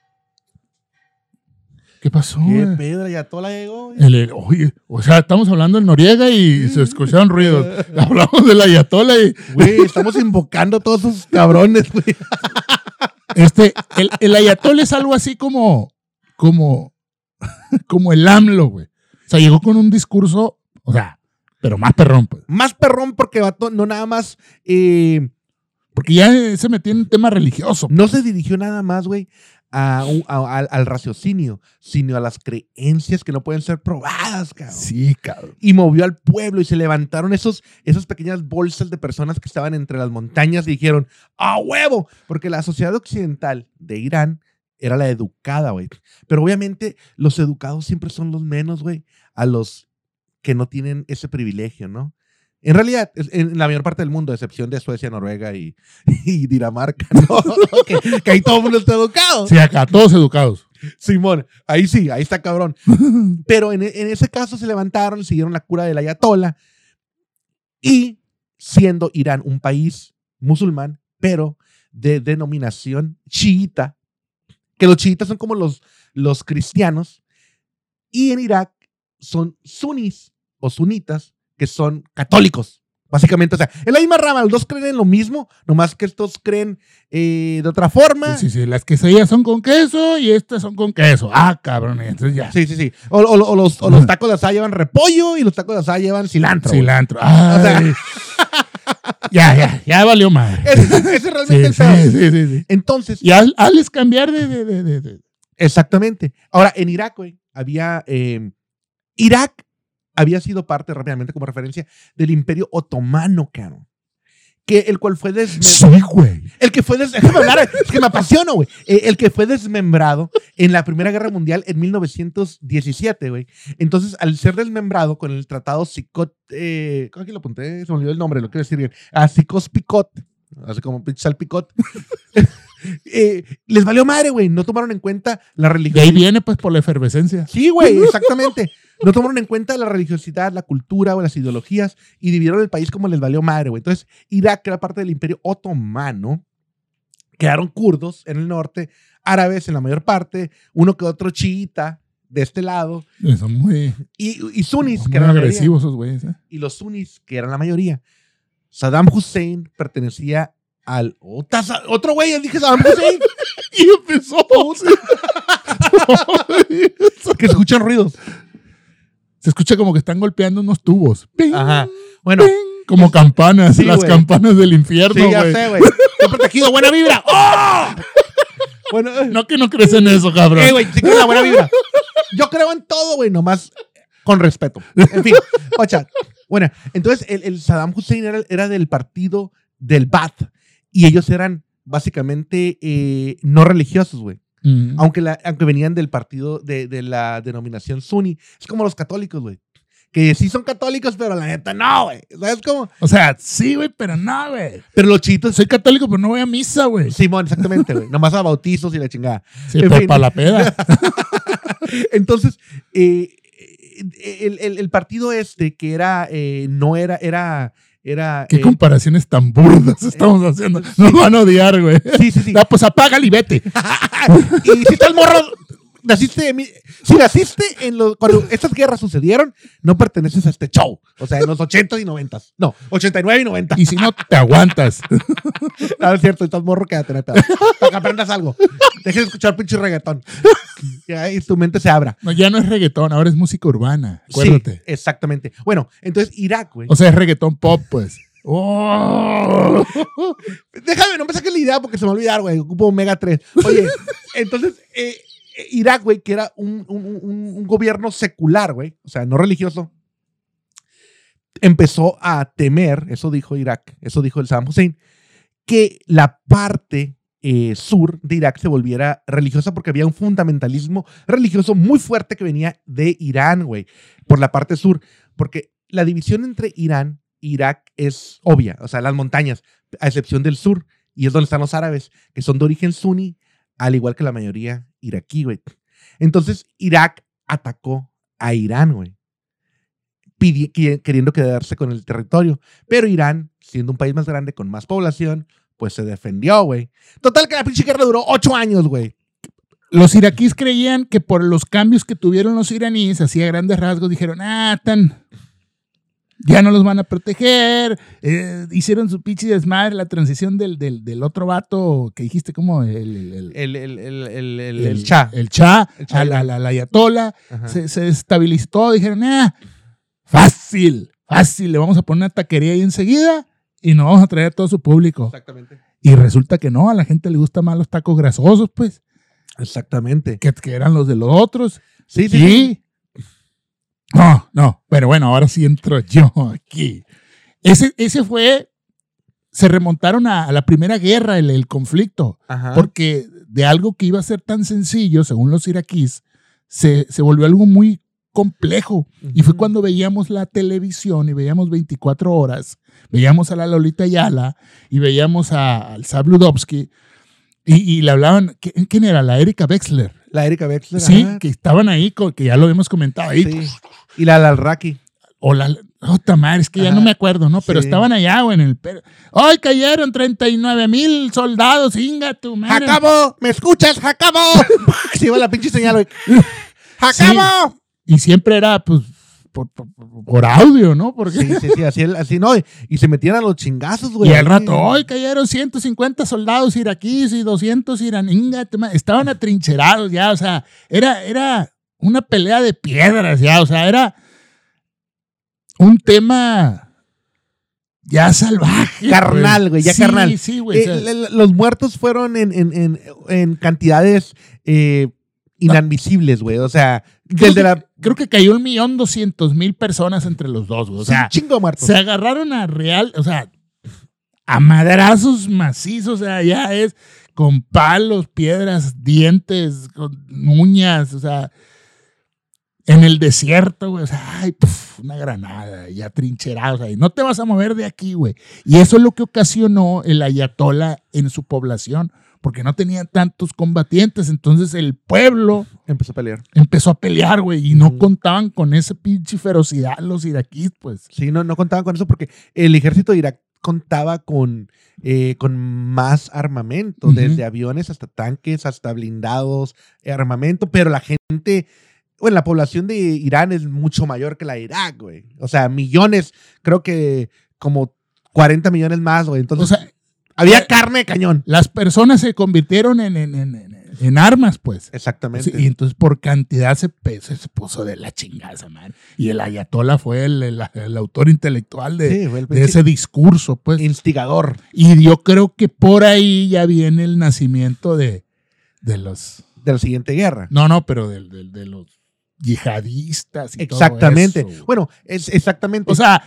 [SPEAKER 2] ¿Qué pasó,
[SPEAKER 1] ¿Qué
[SPEAKER 2] güey?
[SPEAKER 1] pedo, la ayatola llegó? güey.
[SPEAKER 2] El- el- oye, o sea, estamos hablando del Noriega y se escucharon ruidos.
[SPEAKER 1] (laughs)
[SPEAKER 2] Hablamos del ayatollah y
[SPEAKER 1] Güey, estamos invocando a todos esos cabrones, güey.
[SPEAKER 2] este, el, el ayatollah es algo así como, como, como el AMLO, güey. O sea, llegó con un discurso, o sea, pero más perrón, pues.
[SPEAKER 1] Más perrón porque vato no nada más, eh,
[SPEAKER 2] Porque ya eh, se metió en un tema religioso.
[SPEAKER 1] no se dirigió nada más, güey, a un- a- al, al raciocinio, sino a las creencias que no pueden ser probadas, cabrón.
[SPEAKER 2] Sí, cabrón.
[SPEAKER 1] Y movió al pueblo y se levantaron esos, esas pequeñas bolsas de personas que estaban entre las montañas y dijeron, ¡a huevo! Porque la sociedad occidental de Irán era la educada, güey. Pero obviamente los educados siempre son los menos, güey, a los que no tienen ese privilegio, ¿no? En realidad, es- en la mayor parte del mundo, a excepción de Suecia, Noruega y, (laughs) y Dinamarca, ¿no? (laughs) que, que ahí todo el mundo está educado.
[SPEAKER 2] Sí, acá, todos educados.
[SPEAKER 1] Eh. Simón, ahí sí, ahí está
[SPEAKER 2] (laughs)
[SPEAKER 1] cabrón. Pero en, en ese caso se levantaron, siguieron la cura del ayatola y siendo Irán un país musulmán, pero de denominación chiita, que los chiitas son como los, los cristianos, y en Irak son sunnis o sunitas, que son católicos. Básicamente, o sea, es la misma rama, los dos creen en lo mismo, nomás que estos creen eh, de otra forma.
[SPEAKER 2] Sí, sí, las quesadillas son con queso y estas son con queso. Ah, cabrón, entonces ya.
[SPEAKER 1] Sí, sí, sí. O, o- o los, o los tacos de asada llevan repollo y los tacos de asada llevan cilantro. güey.
[SPEAKER 2] Cilantro. Ah,
[SPEAKER 1] O sea- (laughs)
[SPEAKER 2] ya, ya, ya valió madre.
[SPEAKER 1] Ese, ese es realmente
[SPEAKER 2] Sí,
[SPEAKER 1] el pedo.
[SPEAKER 2] sí, sí, sí, sí.
[SPEAKER 1] Entonces,
[SPEAKER 2] Y haz- hazles cambiar de, de, de, de- de-
[SPEAKER 1] exactamente. Ahora, en Irak, güey, había. eh, Irak había sido parte, rápidamente como referencia, del Imperio Otomano, cabrón. Que el cual fue desmembrado.
[SPEAKER 2] Sí, güey.
[SPEAKER 1] El que fue des- déjame hablar, es que me apasiono, güey. Eh, el que fue desmembrado en la Primera Guerra Mundial en 1917, güey. Entonces, al ser desmembrado con el tratado Psicot, eh, ¿cómo que lo apunté? Se me olvidó el nombre, lo quiero decir bien. A Psicos Picot, así como pinche salpicot. (laughs) Eh, les valió madre, güey. No tomaron en cuenta la
[SPEAKER 2] De
[SPEAKER 1] religión.
[SPEAKER 2] ahí viene, pues, por la efervescencia.
[SPEAKER 1] Sí, güey, exactamente. No tomaron en cuenta la religiosidad, la cultura o las ideologías y dividieron el país como les valió madre, güey. Entonces, Irak, que era parte del imperio otomano, quedaron kurdos en el norte, árabes en la mayor parte, uno que otro chiita de este lado
[SPEAKER 2] Son muy,
[SPEAKER 1] y, y sunnis,
[SPEAKER 2] muy
[SPEAKER 1] que eran la mayoría
[SPEAKER 2] agresivos esos
[SPEAKER 1] (laughs)
[SPEAKER 2] güeyes. ¿eh?
[SPEAKER 1] y los sunnis, que eran la mayoría. Saddam Hussein pertenecía al Ota- otro güey, ya dije Saddam Hussein. y empezó. que escuchan ruidos.
[SPEAKER 2] Se escucha como que están golpeando unos tubos. Ping,
[SPEAKER 1] Ajá. Bueno,
[SPEAKER 2] ping, como campanas,
[SPEAKER 1] Sí,
[SPEAKER 2] las
[SPEAKER 1] güey.
[SPEAKER 2] campanas del infierno,
[SPEAKER 1] sí, ya
[SPEAKER 2] güey.
[SPEAKER 1] sé, güey. Estoy protegido, buena vibra. ¡Oh! (laughs) Bueno, eh,
[SPEAKER 2] No que no crees en eso, cabrón.
[SPEAKER 1] eh, güey, sí creo en la buena vibra. Yo creo en todo, güey, nomás con respeto. En fin, ocha. Bueno, entonces el, el Saddam Hussein era, era del partido del Ba'ath y ellos eran básicamente eh, no religiosos, güey.
[SPEAKER 2] Mm.
[SPEAKER 1] Aunque, la- aunque venían del partido de, de la denominación Sunni. Es como los católicos, güey. Que sí son católicos, pero la neta no, güey. ¿Sabes cómo?
[SPEAKER 2] O sea, sí, güey, pero no, güey.
[SPEAKER 1] Pero los chitos.
[SPEAKER 2] Soy católico, pero no voy a misa, güey.
[SPEAKER 1] Simón, exactamente, güey. Nomás a bautizos y la chingada.
[SPEAKER 2] Sí,
[SPEAKER 1] en
[SPEAKER 2] pero
[SPEAKER 1] fin.
[SPEAKER 2] para
[SPEAKER 1] (laughs)
[SPEAKER 2] la peda.
[SPEAKER 1] Entonces, eh, eh, el, el- el partido este que era, eh, no era, era, era...
[SPEAKER 2] Qué
[SPEAKER 1] eh,
[SPEAKER 2] comparaciones tan burdas estamos haciendo. Nos van a odiar, güey.
[SPEAKER 1] sí,
[SPEAKER 2] (laughs)
[SPEAKER 1] sí, sí.
[SPEAKER 2] Ah, pues apágale y vete.
[SPEAKER 1] (laughs) y si está el morro, naciste de mi- Si naciste en los... Cuando estas guerras sucedieron, no perteneces a este show. O sea, en los 80 y 90. No, 89 y 90.
[SPEAKER 2] Y si no, te aguantas.
[SPEAKER 1] No, es cierto, estás morro, quédate, no hay pedo. Para que aprendas algo. Deja de escuchar pinche reggaetón. Y ahí tu mente se abra.
[SPEAKER 2] No, ya no es reggaetón, ahora es música urbana. Acuérdate.
[SPEAKER 1] Sí, exactamente. Bueno, entonces Irak, güey.
[SPEAKER 2] O sea, es reggaetón pop, pues. Oh.
[SPEAKER 1] Déjame, no me saques la idea porque se me va a olvidar, güey. Ocupo Omega 3. Oye, entonces, eh, eh, Irak, güey, que era un, un- un- un gobierno secular, güey, o sea, no religioso, empezó a temer, eso dijo Irak, eso dijo el Saddam Hussein, que la parte eh, sur de Irak se volviera religiosa porque había un fundamentalismo religioso muy fuerte que venía de Irán, güey, por la parte sur, porque la división entre Irán e Irak es obvia, o sea, las montañas, a excepción del sur, y es donde están los árabes, que son de origen suní, al igual que la mayoría iraquí, güey. Entonces, Irak atacó a Irán, güey, pidi- qui- queriendo quedarse con el territorio, pero Irán, siendo un país más grande, con más población, pues se defendió, güey. Total que la pinche guerra duró ocho años, güey.
[SPEAKER 2] Los iraquíes creían que por los cambios que tuvieron los iraníes, así a grandes rasgos, dijeron, ah, tan... Ya no los van a proteger. eh, hicieron su pinche desmadre, la transición del, del, del otro vato que dijiste, como el... El, el-
[SPEAKER 1] El, el, el, el, el,
[SPEAKER 2] el-
[SPEAKER 1] el Shah.
[SPEAKER 2] El cha,
[SPEAKER 1] El Shah.
[SPEAKER 2] a la, la, la ayatola.
[SPEAKER 1] Ajá.
[SPEAKER 2] Se, se estabilizó, dijeron, ah, fácil, fácil, le vamos a poner una taquería ahí enseguida y nos vamos a traer a todo su público.
[SPEAKER 1] Exactamente.
[SPEAKER 2] Y resulta que no, a la gente le gusta más los tacos grasosos, pues.
[SPEAKER 1] Exactamente.
[SPEAKER 2] que, que eran los de los otros.
[SPEAKER 1] Sí, sí. sí.
[SPEAKER 2] Sí. No, no, pero bueno, ahora sí entro yo aquí. Ese, ese fue, se remontaron a, a la primera guerra, el, el conflicto,
[SPEAKER 1] Ajá.
[SPEAKER 2] porque de algo que iba a ser tan sencillo, según los iraquíes, se, se volvió algo muy complejo. Y fue
[SPEAKER 1] Ujú.
[SPEAKER 2] cuando veíamos la televisión y veíamos 24 horas, veíamos a la Lolita Ayala y veíamos a, al Sab Ludovsky y, y le hablaban, ¿quién quién era? La Erika Wexler.
[SPEAKER 1] La Erika Wexler.
[SPEAKER 2] Sí,
[SPEAKER 1] ajá.
[SPEAKER 2] que estaban ahí, co- que ya lo habíamos comentado ahí.
[SPEAKER 1] Sí. Y la Lalraki.
[SPEAKER 2] O la. Oh, tamar, es que ya
[SPEAKER 1] Ajá.
[SPEAKER 2] no me acuerdo, ¿no? Pero
[SPEAKER 1] Sí.
[SPEAKER 2] estaban allá, güey, en el. per- ¡Ay, cayeron 39 mil soldados! ¡Inga tu madre!
[SPEAKER 1] ¡Jacabo! ¿Me escuchas, (laughs) Jacabo? Se iba la pinche señal,
[SPEAKER 2] (laughs)
[SPEAKER 1] güey. ¡Jacabo!
[SPEAKER 2] Y siempre era, pues, por, por- por audio, ¿no? Porque.
[SPEAKER 1] Sí, sí, sí, así, el- así no. y- Y se metían a los chingazos, güey.
[SPEAKER 2] Y
[SPEAKER 1] Así.
[SPEAKER 2] al rato, hoy cayeron 150 soldados iraquíes y 200 iraninga. Estaban atrincherados ya, o sea, era, era una pelea de piedras ya, o sea, era un tema ya salvaje. pues.
[SPEAKER 1] Carnal, güey, ya
[SPEAKER 2] Sí,
[SPEAKER 1] carnal.
[SPEAKER 2] Sí, güey. o
[SPEAKER 1] Eh,
[SPEAKER 2] sea,
[SPEAKER 1] le- le- los muertos fueron en, en, en, en cantidades eh, inadmisibles, güey. O sea,
[SPEAKER 2] creo,
[SPEAKER 1] desde
[SPEAKER 2] que,
[SPEAKER 1] la.
[SPEAKER 2] creo que cayó un millón doscientos mil personas entre los dos, güey, o sea,
[SPEAKER 1] un chingo de muertos.
[SPEAKER 2] se agarraron a real, o sea, a madrazos macizos, o sea, ya es con palos, piedras, dientes, con uñas, o sea, en el desierto, güey, o sea, ay, puf, una granada, ya trincherados ahí, no te vas a mover de aquí, güey. Y eso es lo que ocasionó el ayatola en su población, porque no tenía tantos combatientes, entonces el pueblo
[SPEAKER 1] Empezó a pelear.
[SPEAKER 2] empezó a pelear, güey, y no
[SPEAKER 1] Ujú.
[SPEAKER 2] contaban con esa pinche ferocidad los iraquíes, pues.
[SPEAKER 1] Sí, no, no contaban con eso porque el ejército de Irak contaba con, eh, con más armamento,
[SPEAKER 2] Ujú.
[SPEAKER 1] desde aviones hasta tanques, hasta blindados, eh, armamento, pero la gente, bueno, la población de Irán es mucho mayor que la de Irak, güey. O sea, millones, creo que como 40 millones más, güey. Entonces,
[SPEAKER 2] O sea, eh,
[SPEAKER 1] había carne de cañón.
[SPEAKER 2] las personas se convirtieron en, en, en- en- en armas, pues.
[SPEAKER 1] Exactamente.
[SPEAKER 2] Sí, y entonces por cantidad se, pe- se se puso de la chingada, man. Y el ayatola fue el, el- el autor intelectual de,
[SPEAKER 1] Sí, fue el
[SPEAKER 2] de ese discurso, pues.
[SPEAKER 1] instigador.
[SPEAKER 2] Y yo creo que por ahí ya viene el nacimiento de, de los...
[SPEAKER 1] de la siguiente guerra.
[SPEAKER 2] No, no, pero del- del- de, los yihadistas. Y todo
[SPEAKER 1] Exactamente.
[SPEAKER 2] eso, güey.
[SPEAKER 1] bueno, es exactamente.
[SPEAKER 2] o sea,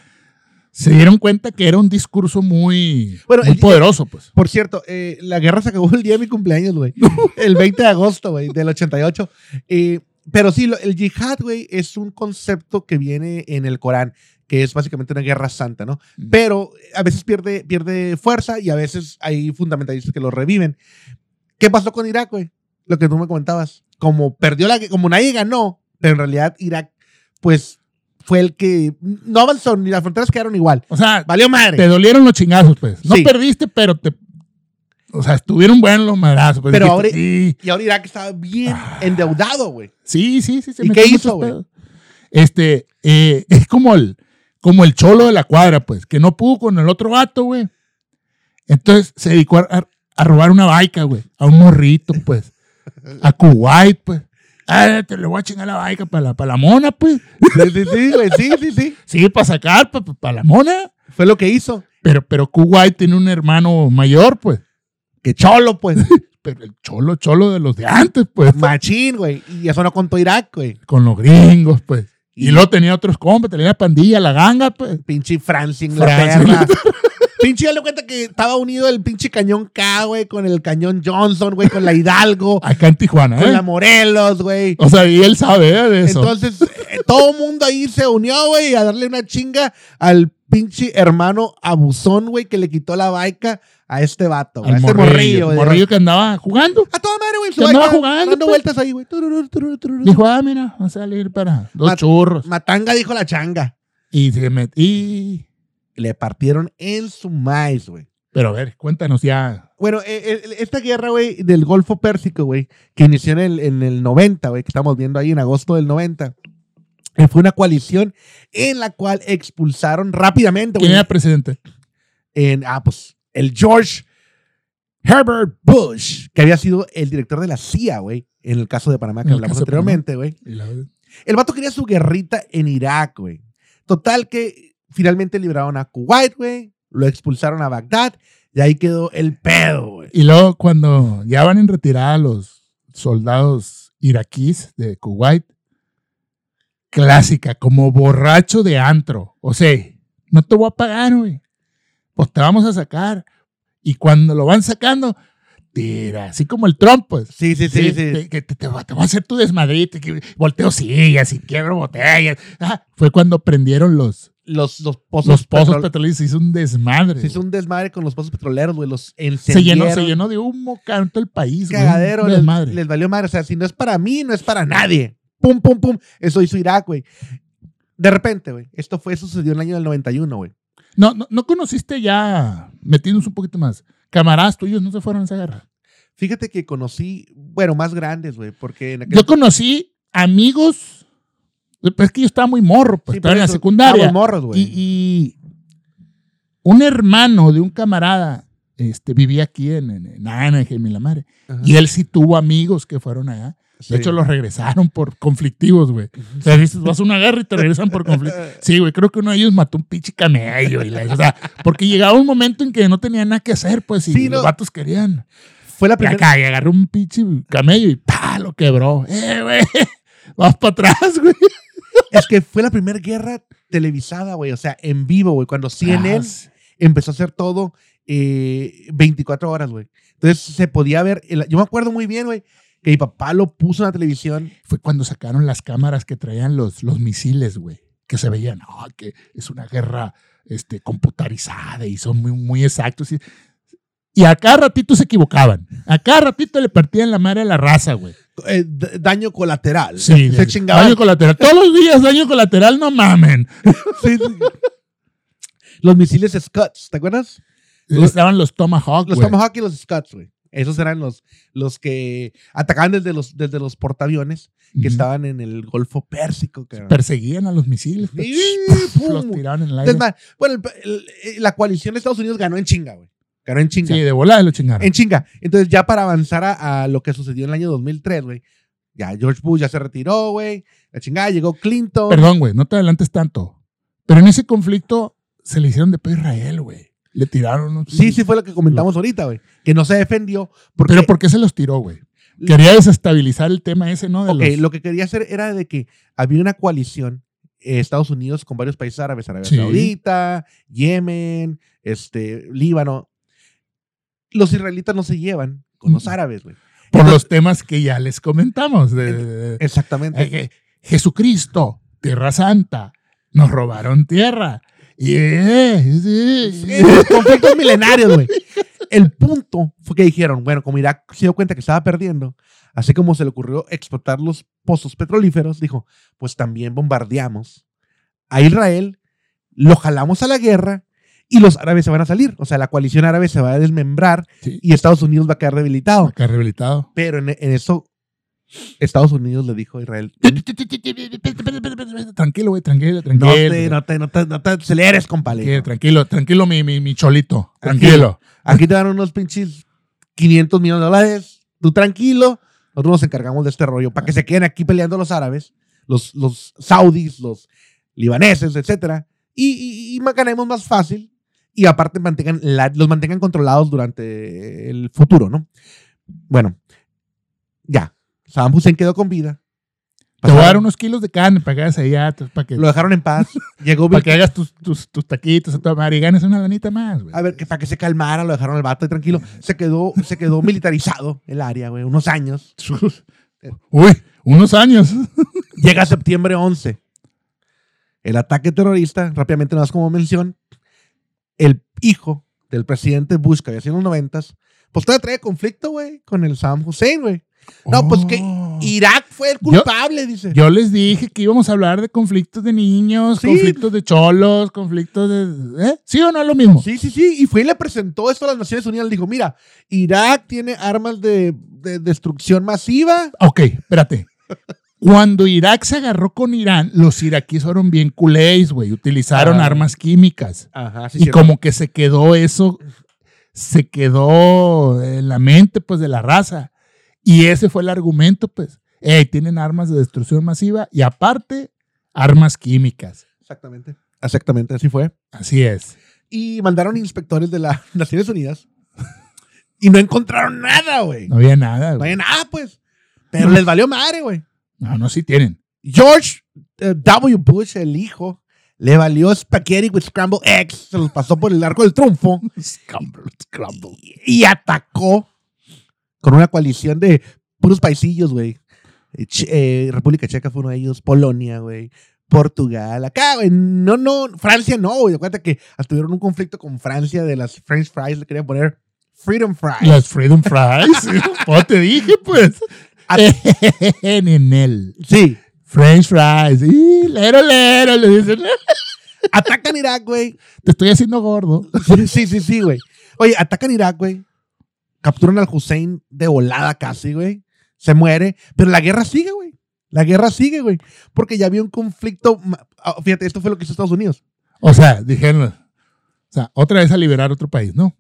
[SPEAKER 2] se dieron cuenta que era un discurso muy,
[SPEAKER 1] Bueno,
[SPEAKER 2] muy
[SPEAKER 1] el-
[SPEAKER 2] poderoso, pues.
[SPEAKER 1] Por cierto, eh, la guerra se acabó el día de mi cumpleaños, güey. El 20 de agosto, güey, del 88. Eh, pero sí, lo- el yihad, güey, es un concepto que viene en el Corán, que es básicamente una guerra santa, ¿no?
[SPEAKER 2] Mm.
[SPEAKER 1] Pero eh, a veces pierde, pierde fuerza y a veces hay fundamentalistas que lo reviven. ¿Qué pasó con Irak, güey? Lo que tú me comentabas. Como perdió la gue- como nadie ganó, pero en realidad Irak, pues, fue el que no avanzó, ni las fronteras quedaron igual.
[SPEAKER 2] O sea,
[SPEAKER 1] Valió madre.
[SPEAKER 2] Te dolieron los chingazos, pues. No
[SPEAKER 1] Sí.
[SPEAKER 2] perdiste, pero te. O sea, estuvieron buenos los madrazos. pues.
[SPEAKER 1] Pero
[SPEAKER 2] Dijiste,
[SPEAKER 1] Y ahora Irak estaba bien endeudado, güey.
[SPEAKER 2] Sí, sí, sí, sí. se
[SPEAKER 1] ¿Y
[SPEAKER 2] metió
[SPEAKER 1] qué
[SPEAKER 2] muchos
[SPEAKER 1] hizo, güey?
[SPEAKER 2] pedos. Este, eh, (laughs) es como el, como el cholo de la cuadra, pues, que no pudo con el otro vato, güey. Entonces se dedicó a, a- a robar una baica, güey. A un morrito, pues. A Kuwait, pues. Ah, te le voy a chingar la baica para la, para la mona, pues.
[SPEAKER 1] Sí, sí, sí, güey, sí, sí, sí.
[SPEAKER 2] Sí, para sacar, para la mona.
[SPEAKER 1] Fue lo que hizo.
[SPEAKER 2] Pero, pero Kuwait tiene un hermano mayor, pues.
[SPEAKER 1] Que cholo, pues.
[SPEAKER 2] pero el cholo, cholo de los de antes, pues,
[SPEAKER 1] Machín, güey. Y eso no contó Irak, güey.
[SPEAKER 2] con los gringos, pues. Y
[SPEAKER 1] Y-
[SPEAKER 2] luego tenía otros compas, tenía la pandilla, la ganga, pues.
[SPEAKER 1] Pinche Francia,
[SPEAKER 2] Francia,
[SPEAKER 1] Inglaterra. pinche, dale cuenta que estaba unido el pinche cañón K, güey, con el cañón Johnson, güey, con la Hidalgo,
[SPEAKER 2] Acá en Tijuana,
[SPEAKER 1] con
[SPEAKER 2] ¿eh?
[SPEAKER 1] la Morelos, güey.
[SPEAKER 2] O sea, y él sabe ¿eh? de eso.
[SPEAKER 1] Entonces, eh, todo el mundo ahí se unió, güey, a darle una chinga al pinche hermano abusón, güey, que le quitó la baica a este vato, güey, a
[SPEAKER 2] Al
[SPEAKER 1] este morrillo,
[SPEAKER 2] morrillo,
[SPEAKER 1] güey.
[SPEAKER 2] morrillo que andaba jugando.
[SPEAKER 1] A toda madre, güey, en su
[SPEAKER 2] Que andaba
[SPEAKER 1] baica,
[SPEAKER 2] jugando,
[SPEAKER 1] dando
[SPEAKER 2] pues.
[SPEAKER 1] vueltas ahí, güey. Tururú, tururú, tururú.
[SPEAKER 2] Dijo, ah, mira, va a salir para dos
[SPEAKER 1] Mat-
[SPEAKER 2] churros.
[SPEAKER 1] Matanga dijo la changa.
[SPEAKER 2] Y se metí.
[SPEAKER 1] le partieron en su maíz, güey.
[SPEAKER 2] Pero a ver, cuéntanos ya.
[SPEAKER 1] Bueno, eh, eh, esta guerra, güey, del Golfo Pérsico, güey, que inició en el, en el 90, güey, que estamos viendo ahí en agosto del 90, eh, fue una coalición en la cual expulsaron rápidamente,
[SPEAKER 2] ¿Quién
[SPEAKER 1] güey,
[SPEAKER 2] era presidente?
[SPEAKER 1] en, ah, pues, el George Herbert Bush, que había sido el director de la CIA, güey, en el caso de Panamá
[SPEAKER 2] En
[SPEAKER 1] que
[SPEAKER 2] el
[SPEAKER 1] hablamos
[SPEAKER 2] caso de Panamá.
[SPEAKER 1] anteriormente, güey.
[SPEAKER 2] Y la-
[SPEAKER 1] El vato quería su guerrita en Irak, güey. Total que finalmente liberaron a Kuwait, güey. Lo expulsaron a Bagdad. Y ahí quedó el pedo, güey.
[SPEAKER 2] Y luego, cuando ya van en retirada los soldados iraquíes de Kuwait. Clásica, como borracho de antro. O sea, no te voy a pagar, güey. Pues te vamos a sacar. Y cuando lo van sacando, tira, así como el Trump, pues.
[SPEAKER 1] Sí, sí, sí. sí,
[SPEAKER 2] Te, que te, te va, te va a hacer tu desmadrito, que volteo sillas y quiebro botellas. Ah, fue cuando prendieron los,
[SPEAKER 1] Los, los pozos,
[SPEAKER 2] los pozos
[SPEAKER 1] petrol-
[SPEAKER 2] petroleros, se hizo un desmadre.
[SPEAKER 1] Se hizo un desmadre con los pozos petroleros, güey. Los
[SPEAKER 2] se llenó,
[SPEAKER 1] encendieron.
[SPEAKER 2] se llenó de humo, cantó el país. güey, un
[SPEAKER 1] cagadero, les,
[SPEAKER 2] desmadre.
[SPEAKER 1] les valió madre. O sea, si no es para mí, no es para nadie. Pum, pum, pum. Eso hizo Irak, güey. De repente, güey. Esto fue, sucedió en el año del 91, güey.
[SPEAKER 2] No, no, no conociste ya, metiéndonos un poquito más, camaradas tuyos no se fueron a esa guerra.
[SPEAKER 1] Fíjate que conocí, bueno, más grandes, güey, porque en aquel
[SPEAKER 2] Yo conocí amigos, pues es que yo estaba muy morro, pues
[SPEAKER 1] Sí, por
[SPEAKER 2] estaba en la
[SPEAKER 1] eso,
[SPEAKER 2] secundaria.
[SPEAKER 1] estábamos morros, güey.
[SPEAKER 2] Y, y un hermano de un camarada este, vivía aquí en, en, en Anaheim y la madre.
[SPEAKER 1] Ajá.
[SPEAKER 2] Y él sí tuvo amigos que fueron allá.
[SPEAKER 1] Sí.
[SPEAKER 2] De hecho, los regresaron por conflictivos, güey. O sea, dices, vas a una guerra y te
[SPEAKER 1] (laughs)
[SPEAKER 2] regresan por conflicto.
[SPEAKER 1] Eh,
[SPEAKER 2] Sí, güey, creo que uno de ellos mató un pinche camello. Y la- o sea, porque llegaba un momento en que no tenía nada que hacer, pues, y
[SPEAKER 1] Sí,
[SPEAKER 2] los
[SPEAKER 1] no.
[SPEAKER 2] vatos querían.
[SPEAKER 1] Fue la
[SPEAKER 2] Y
[SPEAKER 1] primera.
[SPEAKER 2] acá, y agarró un pinche camello y pa, lo quebró. Eh, güey, (laughs) vas para atrás, güey.
[SPEAKER 1] Es que fue la primera guerra televisada, güey. O sea, en vivo, güey. Cuando CNN
[SPEAKER 2] Ah, sí.
[SPEAKER 1] empezó a hacer todo eh, 24 horas, güey. Entonces se podía ver. el- yo me acuerdo muy bien, güey, que mi papá lo puso en la televisión.
[SPEAKER 2] Fue cuando sacaron las cámaras que traían los, los misiles, güey. Que se veían, ah, que es una guerra este, computarizada y son muy, muy exactos. Y, y a cada ratito se equivocaban. A cada ratito le partían la madre a la raza, güey.
[SPEAKER 1] eh, d- daño colateral.
[SPEAKER 2] Sí,
[SPEAKER 1] se
[SPEAKER 2] de-
[SPEAKER 1] chingaba.
[SPEAKER 2] daño colateral. Todos los días daño colateral, no mamen.
[SPEAKER 1] Sí, sí. Los misiles Scuds, ¿te acuerdas? Los-
[SPEAKER 2] Estaban los Tomahawk,
[SPEAKER 1] Los
[SPEAKER 2] güey.
[SPEAKER 1] Tomahawk y los Scuds, güey. Esos eran los, los que atacaban desde los, desde los portaaviones que
[SPEAKER 2] Ujú.
[SPEAKER 1] estaban en el Golfo Pérsico. cabrón.
[SPEAKER 2] Perseguían a los misiles.
[SPEAKER 1] Sí,
[SPEAKER 2] Psh,
[SPEAKER 1] pum.
[SPEAKER 2] (laughs) los tiraban en el aire.
[SPEAKER 1] Es más, bueno, el- el- la coalición de Estados Unidos ganó en chinga, güey. Ganó en chinga.
[SPEAKER 2] Sí, de volada lo chingaron.
[SPEAKER 1] En chinga. Entonces, ya para avanzar a, a lo que sucedió en el año 2003, güey. Ya George Bush ya se retiró, güey. La chingada, llegó Clinton.
[SPEAKER 2] Perdón, güey, no te adelantes tanto. Pero en ese conflicto se le hicieron de pedo a Israel, güey. Le tiraron unos-
[SPEAKER 1] Sí, sí, fue lo que comentamos ahorita, güey. Que no se defendió. Porque
[SPEAKER 2] Pero ¿por qué se los tiró, güey? Quería desestabilizar el tema ese, ¿no? De
[SPEAKER 1] Ok,
[SPEAKER 2] los-
[SPEAKER 1] lo que quería hacer era de que había una coalición eh, Estados Unidos con varios países árabes, Arabia
[SPEAKER 2] Sí.
[SPEAKER 1] Saudita, Yemen, este, Líbano. Los israelitas no se llevan con los
[SPEAKER 2] Mm.
[SPEAKER 1] árabes, güey.
[SPEAKER 2] por los temas que ya les comentamos. de- de- de-
[SPEAKER 1] Exactamente.
[SPEAKER 2] Eh, eh, Jesucristo, Tierra Santa, nos robaron tierra. Y, eh, sí,
[SPEAKER 1] Eh, los conflictos milenarios,
[SPEAKER 2] (laughs)
[SPEAKER 1] güey. El punto fue que dijeron, bueno, como Irak se dio cuenta que estaba perdiendo, así como se le ocurrió explotar los pozos petrolíferos, dijo, pues también bombardeamos a Israel, lo jalamos a la guerra y los árabes se van a salir. O sea, la coalición árabe se va a desmembrar
[SPEAKER 2] sí.
[SPEAKER 1] y Estados Unidos va a quedar debilitado.
[SPEAKER 2] Acá rehabilitado.
[SPEAKER 1] Pero en, en eso, Estados Unidos le dijo a Israel,
[SPEAKER 2] Tranquilo, güey, tranquilo,
[SPEAKER 1] no
[SPEAKER 2] tranquilo.
[SPEAKER 1] te, no te, no te, no te aceleres, compale.
[SPEAKER 2] Tranquilo, tranquilo, tranquilo, mi, mi, mi cholito. Tranquilo.
[SPEAKER 1] Aquí te dan unos pinches 500 millones de dólares. Tú tranquilo. Nosotros nos encargamos de este rollo para que se queden aquí peleando los árabes, los, los saudis, los libaneses, etcétera. Y, y, y ganemos más fácil. Y aparte mantengan la- los mantengan controlados durante el futuro, ¿no? Bueno, ya. Saddam Hussein quedó con vida.
[SPEAKER 2] Te voy a dar
[SPEAKER 1] Pasaron-
[SPEAKER 2] unos kilos de carne para que hagas allá, t- para que,
[SPEAKER 1] Lo dejaron en
[SPEAKER 2] (laughs)
[SPEAKER 1] paz. Llegó
[SPEAKER 2] para
[SPEAKER 1] Bill-
[SPEAKER 2] que hagas tus, tus, tus taquitos a tu madre y ganes una lanita más, güey.
[SPEAKER 1] A ver, que para que se calmara, lo dejaron al vato y tranquilo. Se quedó, se quedó militarizado el área, güey, unos años.
[SPEAKER 2] Uy, unos años.
[SPEAKER 1] Llega septiembre 11. El ataque terrorista, rápidamente nada más como mención, el hijo del presidente Bush, que había sido en los noventas, pues todavía trae conflicto, güey, con el Sam Hussein, güey. No, pues que
[SPEAKER 2] Oh.
[SPEAKER 1] Irak fue el
[SPEAKER 2] Yo-
[SPEAKER 1] culpable, dice.
[SPEAKER 2] Yo les dije que íbamos a hablar de conflictos de niños,
[SPEAKER 1] Sí.
[SPEAKER 2] conflictos de cholos, conflictos de... ¿eh? ¿Sí o no es lo mismo?
[SPEAKER 1] Sí, sí, sí. Y fue y le presentó esto a las Naciones Unidas. Le dijo, mira, Irak tiene armas de, de destrucción masiva.
[SPEAKER 2] Ok, espérate. Cuando Irak se agarró con Irán, los iraquíes fueron bien culés, güey. Utilizaron
[SPEAKER 1] Ah.
[SPEAKER 2] armas químicas.
[SPEAKER 1] Ajá,
[SPEAKER 2] y como que se quedó eso, se quedó en la mente, pues, de la raza. Y ese fue el argumento, pues. Ey, tienen armas de destrucción masiva y aparte, armas químicas.
[SPEAKER 1] Exactamente. Exactamente, así fue.
[SPEAKER 2] Así es.
[SPEAKER 1] Y mandaron inspectores de las (laughs) Naciones Unidas y no encontraron nada, güey.
[SPEAKER 2] No había nada,
[SPEAKER 1] No
[SPEAKER 2] güey.
[SPEAKER 1] hay nada, pues. Pero les valió madre, güey.
[SPEAKER 2] No, no, sí tienen.
[SPEAKER 1] George eh, W. Bush, el hijo, le valió spaghetti with scrambled eggs, se los pasó por el arco del triunfo
[SPEAKER 2] Scramble, scramble.
[SPEAKER 1] y atacó con una coalición de puros paisillos, güey. Eh, Che- eh, República Checa fue uno de ellos, Polonia, güey. Portugal, acá, güey. No, no, Francia no, güey. Acuérdate que hasta tuvieron un conflicto con Francia de las French fries, le querían poner Freedom Fries.
[SPEAKER 2] Las Freedom Fries. ¿Cómo te dije, pues? (laughs)
[SPEAKER 1] A-
[SPEAKER 2] en el
[SPEAKER 1] Sí,
[SPEAKER 2] French fries. Y lero, lero, le dicen. "Eh,
[SPEAKER 1] atacan Irak, güey.
[SPEAKER 2] Te estoy haciendo gordo.
[SPEAKER 1] (laughs) Sí, sí, sí, güey. Oye, atacan Irak, güey. Capturan al Hussein de volada casi, güey. Se muere. Pero la guerra sigue, güey. La guerra sigue, güey. Porque ya había un conflicto. ma- ah, Fíjate, esto fue lo que hizo Estados Unidos.
[SPEAKER 2] O sea, dijeron, o sea, otra vez a liberar otro país, ¿no?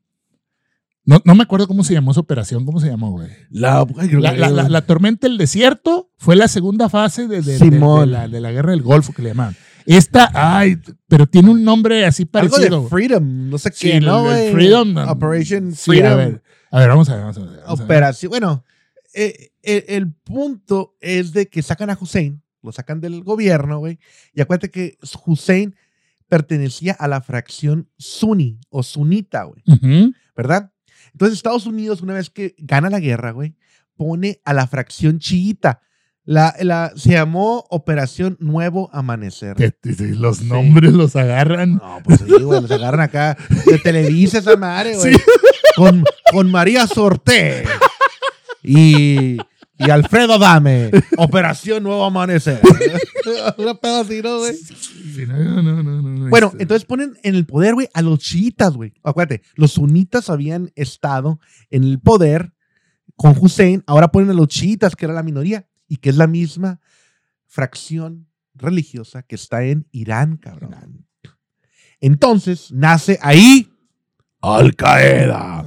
[SPEAKER 2] No, no me acuerdo cómo se llamó esa operación, cómo se llamó, güey.
[SPEAKER 1] La,
[SPEAKER 2] La, la- la- la tormenta del desierto fue la segunda fase de, de- de-
[SPEAKER 1] Simón.
[SPEAKER 2] de la, de la guerra del Golfo que le llamaban. Esta, ay, pero tiene un nombre así
[SPEAKER 1] Algo
[SPEAKER 2] parecido.
[SPEAKER 1] de
[SPEAKER 2] güey.
[SPEAKER 1] Freedom, no sé
[SPEAKER 2] Sí,
[SPEAKER 1] qué,
[SPEAKER 2] el-
[SPEAKER 1] ¿no,
[SPEAKER 2] el
[SPEAKER 1] güey?
[SPEAKER 2] Freedom, no.
[SPEAKER 1] Operation
[SPEAKER 2] Sí, a
[SPEAKER 1] Freedom.
[SPEAKER 2] ver, a ver, vamos a ver. Vamos a ver, vamos a ver.
[SPEAKER 1] operación. Bueno, eh, eh, el punto es de que sacan a Hussein, lo sacan del gobierno, güey. Y acuérdate que Hussein pertenecía a la fracción suní o sunita, güey,
[SPEAKER 2] Ujú.
[SPEAKER 1] ¿verdad? Entonces Estados Unidos, una vez que gana la guerra, güey, pone a la fracción chiita. La, la, se llamó Operación Nuevo Amanecer.
[SPEAKER 2] Te- te- te- Los nombres los agarran.
[SPEAKER 1] No, pues sí, güey, los agarran acá de Televisa esa madre, güey.
[SPEAKER 2] Sí.
[SPEAKER 1] Con, con María Sorté y, y Alfredo Adame. Operación Nuevo Amanecer. (laughs) Una pedo así, ¿no, güey?
[SPEAKER 2] Sí, no, no, no, no, no,
[SPEAKER 1] Bueno,
[SPEAKER 2] este-
[SPEAKER 1] entonces ponen en el poder, güey, a los chiitas, güey. Acuérdate, los sunitas habían estado en el poder con Hussein, ahora ponen a los chiitas, que era la minoría, y que es la misma fracción religiosa que está en Irán, cabrón. Entonces, nace ahí Al
[SPEAKER 2] ah,
[SPEAKER 1] Qaeda.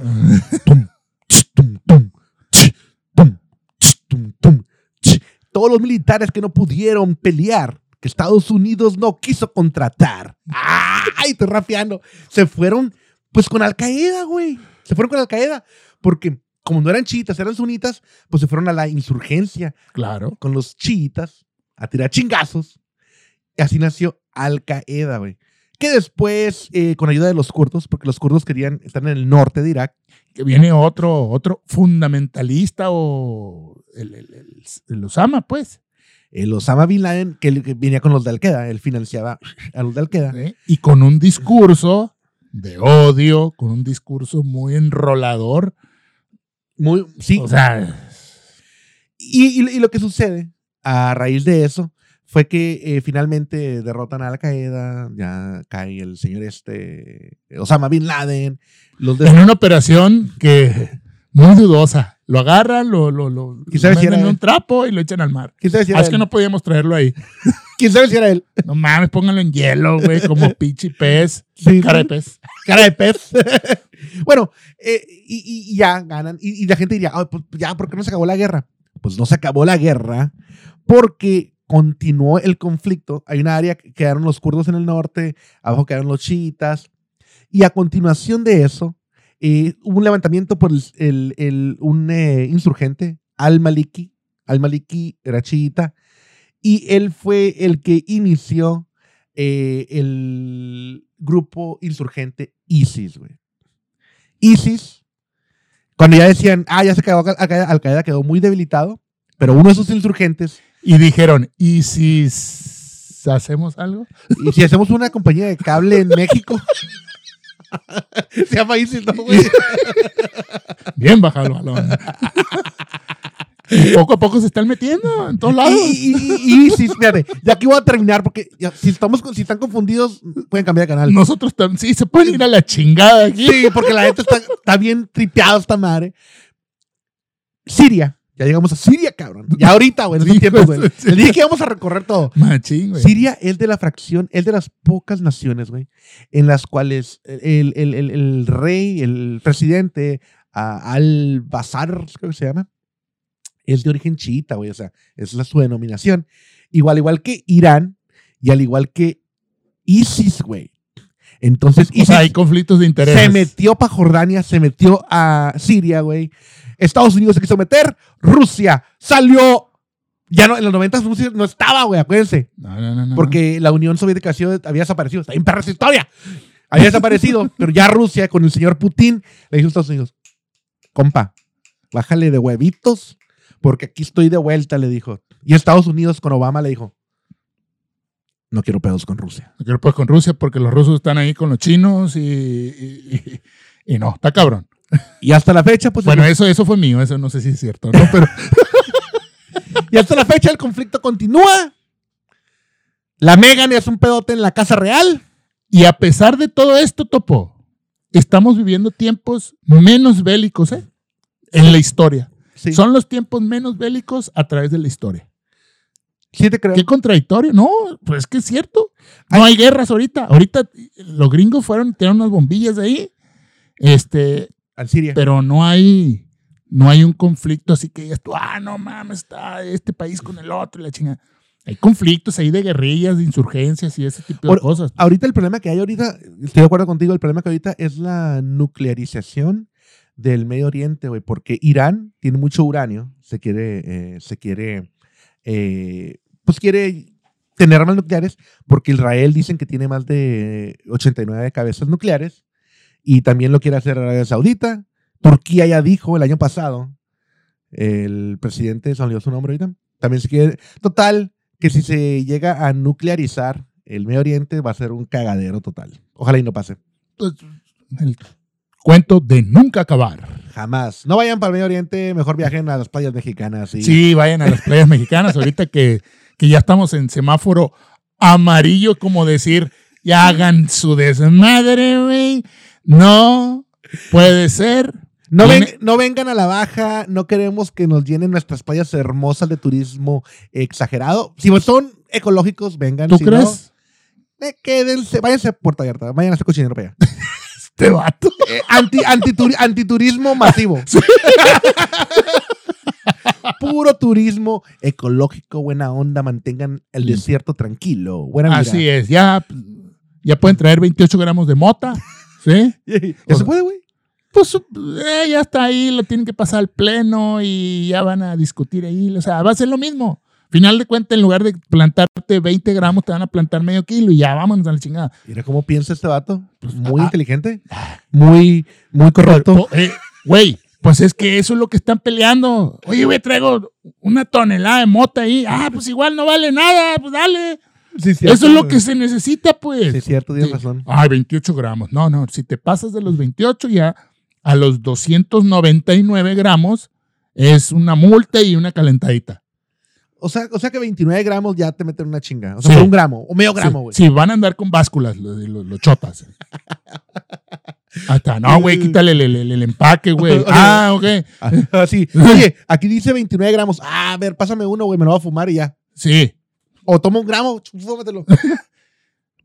[SPEAKER 1] Tum, ch, tum, tum, ch, tum, ch, tum, tum, ch. Todos los militares que no pudieron pelear, que Estados Unidos no quiso contratar. ¡Ay, estoy rafiando! Se fueron, pues con Al Qaeda, güey. Se fueron con Al Qaeda. Porque como no eran chiitas, eran sunitas, pues se fueron a la insurgencia
[SPEAKER 2] Claro.
[SPEAKER 1] con los chiitas a tirar chingazos. Y así nació Al Qaeda, güey. Que después, eh, con ayuda de los kurdos, porque los kurdos querían estar en el norte de Irak,
[SPEAKER 2] que viene otro, otro fundamentalista o el, el, el- el Osama, pues.
[SPEAKER 1] el Eh, Osama Bin Laden, que, él- que venía con los de Al-Qaeda, él financiaba a los de Al-Qaeda.
[SPEAKER 2] ¿eh? Y con un discurso de odio, con un discurso muy enrolador.
[SPEAKER 1] Muy, sí.
[SPEAKER 2] O sea,
[SPEAKER 1] y, y- y lo que sucede a raíz de eso fue que eh, finalmente derrotan a Al-Qaeda, ya cae el señor este, Osama Bin Laden, los de...
[SPEAKER 2] en una operación que muy dudosa. Lo agarran, lo, lo, lo,
[SPEAKER 1] ¿Quién
[SPEAKER 2] lo
[SPEAKER 1] sabe si
[SPEAKER 2] meten
[SPEAKER 1] era
[SPEAKER 2] en
[SPEAKER 1] él?
[SPEAKER 2] un trapo y lo echan al mar.
[SPEAKER 1] ¿Quién sabe si
[SPEAKER 2] Ah,
[SPEAKER 1] era
[SPEAKER 2] es que
[SPEAKER 1] él?
[SPEAKER 2] no podíamos traerlo ahí.
[SPEAKER 1] ¿Quién sabe si era él?
[SPEAKER 2] No mames, pónganlo en hielo, güey,
[SPEAKER 1] (laughs)
[SPEAKER 2] como pinche pez.
[SPEAKER 1] Sí,
[SPEAKER 2] Cara de pez.
[SPEAKER 1] cara de pez. bueno, eh, y, y- y ya ganan. Y, y la gente diría, "Ah, pues ya, ¿por qué no se acabó la guerra? Pues no se acabó la guerra porque continuó el conflicto. Hay una área que quedaron los kurdos en el norte, abajo quedaron los chiitas. Y a continuación de eso, eh, hubo un levantamiento por el, el- el- un eh, insurgente, Al-Maliki. Al-Maliki era chiita. Y él fue el que inició eh, el grupo insurgente ISIS, güey. ISIS, cuando ya decían, ah, ya se quedó Al Qaeda, Al Qaeda quedó muy debilitado, pero uno de esos insurgentes,
[SPEAKER 2] Y dijeron, ¿y si s- hacemos algo?
[SPEAKER 1] y si hacemos una compañía de cable en México, (laughs) se llama ISIS, ¿no, güey?
[SPEAKER 2] Bien bajado el balón. Y poco a poco se están metiendo en todos lados.
[SPEAKER 1] Y, y- y- y sí, fíjate, ya aquí voy a terminar porque ya, si, estamos, con- si están confundidos, pueden cambiar de canal.
[SPEAKER 2] Nosotros también, sí, se pueden ir a la chingada aquí.
[SPEAKER 1] Sí, porque la gente está, está bien tripeada esta madre. Siria. Ya llegamos a Siria, cabrón. Ya ahorita, güey. En estos
[SPEAKER 2] Sí,
[SPEAKER 1] tiempos,
[SPEAKER 2] güey,
[SPEAKER 1] güey.
[SPEAKER 2] sí.
[SPEAKER 1] El día que íbamos a recorrer todo.
[SPEAKER 2] Machín, güey.
[SPEAKER 1] Siria es de la fracción, es de las pocas naciones, güey, en las cuales el, el- el- el rey, el presidente, a- al-Bazar, creo que se llama, es de origen chiita, güey, o sea, es la, su denominación. Igual, igual que Irán y al igual que ISIS, güey. Entonces, y
[SPEAKER 2] O sea,
[SPEAKER 1] se-
[SPEAKER 2] hay conflictos de interés.
[SPEAKER 1] se metió para Jordania, se metió a Siria, güey. Estados Unidos se quiso meter, Rusia salió. Ya no, en los 90 Rusia no estaba, güey, acuérdense.
[SPEAKER 2] No, no, no, no.
[SPEAKER 1] Porque la Unión Soviética ha sido- había desaparecido. Está bien perra esa historia. Había
[SPEAKER 2] (laughs)
[SPEAKER 1] desaparecido, pero ya Rusia con el señor Putin le dijo a Estados Unidos, compa, bájale de huevitos porque aquí estoy de vuelta, le dijo. Y Estados Unidos con Obama le dijo, no quiero pedos con Rusia.
[SPEAKER 2] No quiero pues con Rusia porque los rusos están ahí con los chinos y, y- y- y no, está cabrón.
[SPEAKER 1] Y hasta la fecha, pues,
[SPEAKER 2] Bueno, eso, eso fue mío, eso no sé si es cierto, ¿no? Pero eh.
[SPEAKER 1] y hasta la fecha el conflicto continúa. La Megan es un pedote en la Casa Real.
[SPEAKER 2] Y a pesar de todo esto, Topo, estamos viviendo tiempos menos bélicos ¿eh? en la historia.
[SPEAKER 1] Sí,
[SPEAKER 2] Son los tiempos menos bélicos a través de la historia.
[SPEAKER 1] sí te creo.
[SPEAKER 2] Qué contradictorio. No, pues es que es cierto. No hay guerras ahorita. Ahorita los gringos fueron, tienen unas bombillas ahí, este,
[SPEAKER 1] Al Siria.
[SPEAKER 2] pero no hay, no hay un conflicto así que digas tú, ah, no mames, está este país con el otro y la chingada. Hay conflictos ahí de guerrillas, de insurgencias y ese tipo de
[SPEAKER 1] Ahora-
[SPEAKER 2] cosas.
[SPEAKER 1] Ahorita el problema que hay ahorita, estoy de acuerdo contigo, el problema que ahorita es la nuclearización del Medio Oriente, güey, porque Irán tiene mucho uranio, se quiere, eh, se quiere, eh, pues quiere tener armas nucleares, porque Israel dicen que tiene más de 89 cabezas nucleares, y también lo quiere hacer Arabia Saudita. Turquía ya dijo el año pasado, el presidente, se me olvidó su nombre ahorita, también se quiere, total, que si se llega a nuclearizar el Medio Oriente va a ser un cagadero total. Ojalá y no pase.
[SPEAKER 2] Pues, el cuento de nunca acabar.
[SPEAKER 1] Jamás. No vayan para el Medio Oriente, mejor viajen a las playas mexicanas. Y,
[SPEAKER 2] Sí, vayan a las playas mexicanas ahorita que, que ya estamos en semáforo amarillo, como decir, ya hagan su desmadre, güey. No puede ser.
[SPEAKER 1] No, ven-
[SPEAKER 2] Viene-
[SPEAKER 1] no vengan a la baja, no queremos que nos llenen nuestras playas hermosas de turismo exagerado. Si son ecológicos, vengan.
[SPEAKER 2] ¿Tú
[SPEAKER 1] si no,
[SPEAKER 2] crees?
[SPEAKER 1] eh, quédense, váyanse a Puerto Vallarta, vayan a hacer cochinero para allá.
[SPEAKER 2] Este vato.
[SPEAKER 1] Eh, anti, antituri- antiturismo masivo. (laughs) Puro turismo ecológico, buena onda, mantengan el desierto tranquilo. Buena vida.
[SPEAKER 2] Ah, Así es, ya, ya pueden traer 28 gramos de mota, ¿sí?
[SPEAKER 1] ¿Ya se puede, güey?
[SPEAKER 2] (laughs) Pues eh, ya está ahí, lo tienen que pasar al pleno y ya van a discutir ahí. O sea, va a ser lo mismo. Final de cuentas, en lugar de plantarte 20 gramos, te van a plantar medio kilo y ya vámonos a la (laughs) chingada.
[SPEAKER 1] Mira cómo piensa este vato. Muy
[SPEAKER 2] ah,
[SPEAKER 1] inteligente. Muy, muy correcto.
[SPEAKER 2] Po- eh, Güey, pues es que eso es lo que están peleando. Oye, güey, traigo una tonelada de mota ahí. Ah, pues igual no vale nada, pues dale.
[SPEAKER 1] Sí, cierto,
[SPEAKER 2] Eso es lo
[SPEAKER 1] güey.
[SPEAKER 2] que se necesita, pues.
[SPEAKER 1] Sí, es cierto, tienes
[SPEAKER 2] Sí.
[SPEAKER 1] razón.
[SPEAKER 2] Ay, 28 gramos. No, no, si te pasas de los 28 ya a los 299 gramos es una multa y una calentadita.
[SPEAKER 1] O sea, o sea que 29 gramos ya te meten una chinga. O sea,
[SPEAKER 2] Sí.
[SPEAKER 1] por un gramo o medio gramo,
[SPEAKER 2] Sí,
[SPEAKER 1] güey.
[SPEAKER 2] sí, van a andar con básculas los, los- los
[SPEAKER 1] (laughs)
[SPEAKER 2] chotas. Hasta, no, güey, quítale el, el- el
[SPEAKER 1] (laughs)
[SPEAKER 2] empaque, güey. Ah, ok.
[SPEAKER 1] Ah, (laughs)
[SPEAKER 2] (laughs)
[SPEAKER 1] sí. Oye, aquí dice 29 gramos. Ah, a ver, pásame uno, güey, me lo voy a fumar y ya.
[SPEAKER 2] Sí,
[SPEAKER 1] O toma un gramo, chu, fúmatelo.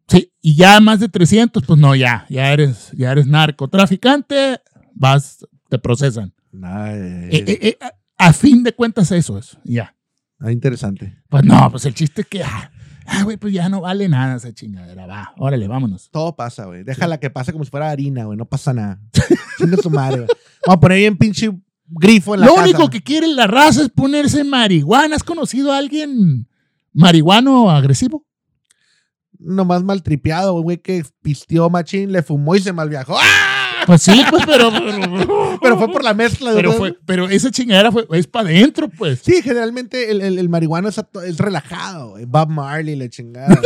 [SPEAKER 2] sí. Y ya más de 300, pues no, ya, ya eres, ya eres narcotraficante, vas, te procesan.
[SPEAKER 1] Nah, eh,
[SPEAKER 2] Eh, eh, eh, a- a fin de cuentas eso es, ya.
[SPEAKER 1] ah, interesante.
[SPEAKER 2] Pues no, pues el chiste es que, ah, ah, güey, pues ya no vale nada esa chingadera, va, órale, vámonos.
[SPEAKER 1] Todo pasa, güey. Déjala que pase como si fuera harina, güey. No pasa nada. (laughs) Chinga su madre, güey. Vamos a poner bien pinche grifo en la
[SPEAKER 2] Lo
[SPEAKER 1] casa.
[SPEAKER 2] único que quiere la raza es ponerse marihuana. ¿Has conocido a alguien marihuano agresivo?
[SPEAKER 1] Nomás maltripeado, güey, que pisteó machín, le fumó y se malviajó. ¡Ah!
[SPEAKER 2] Pues sí, pues, pero. Pero,
[SPEAKER 1] Pero fue por la mezcla.
[SPEAKER 2] pero
[SPEAKER 1] güey.
[SPEAKER 2] fue- pero esa chingadera fue, es para adentro, pues.
[SPEAKER 1] Sí, generalmente el, el, el marihuano es, ato- es relajado. güey. Bob Marley, la chingada. ¿no?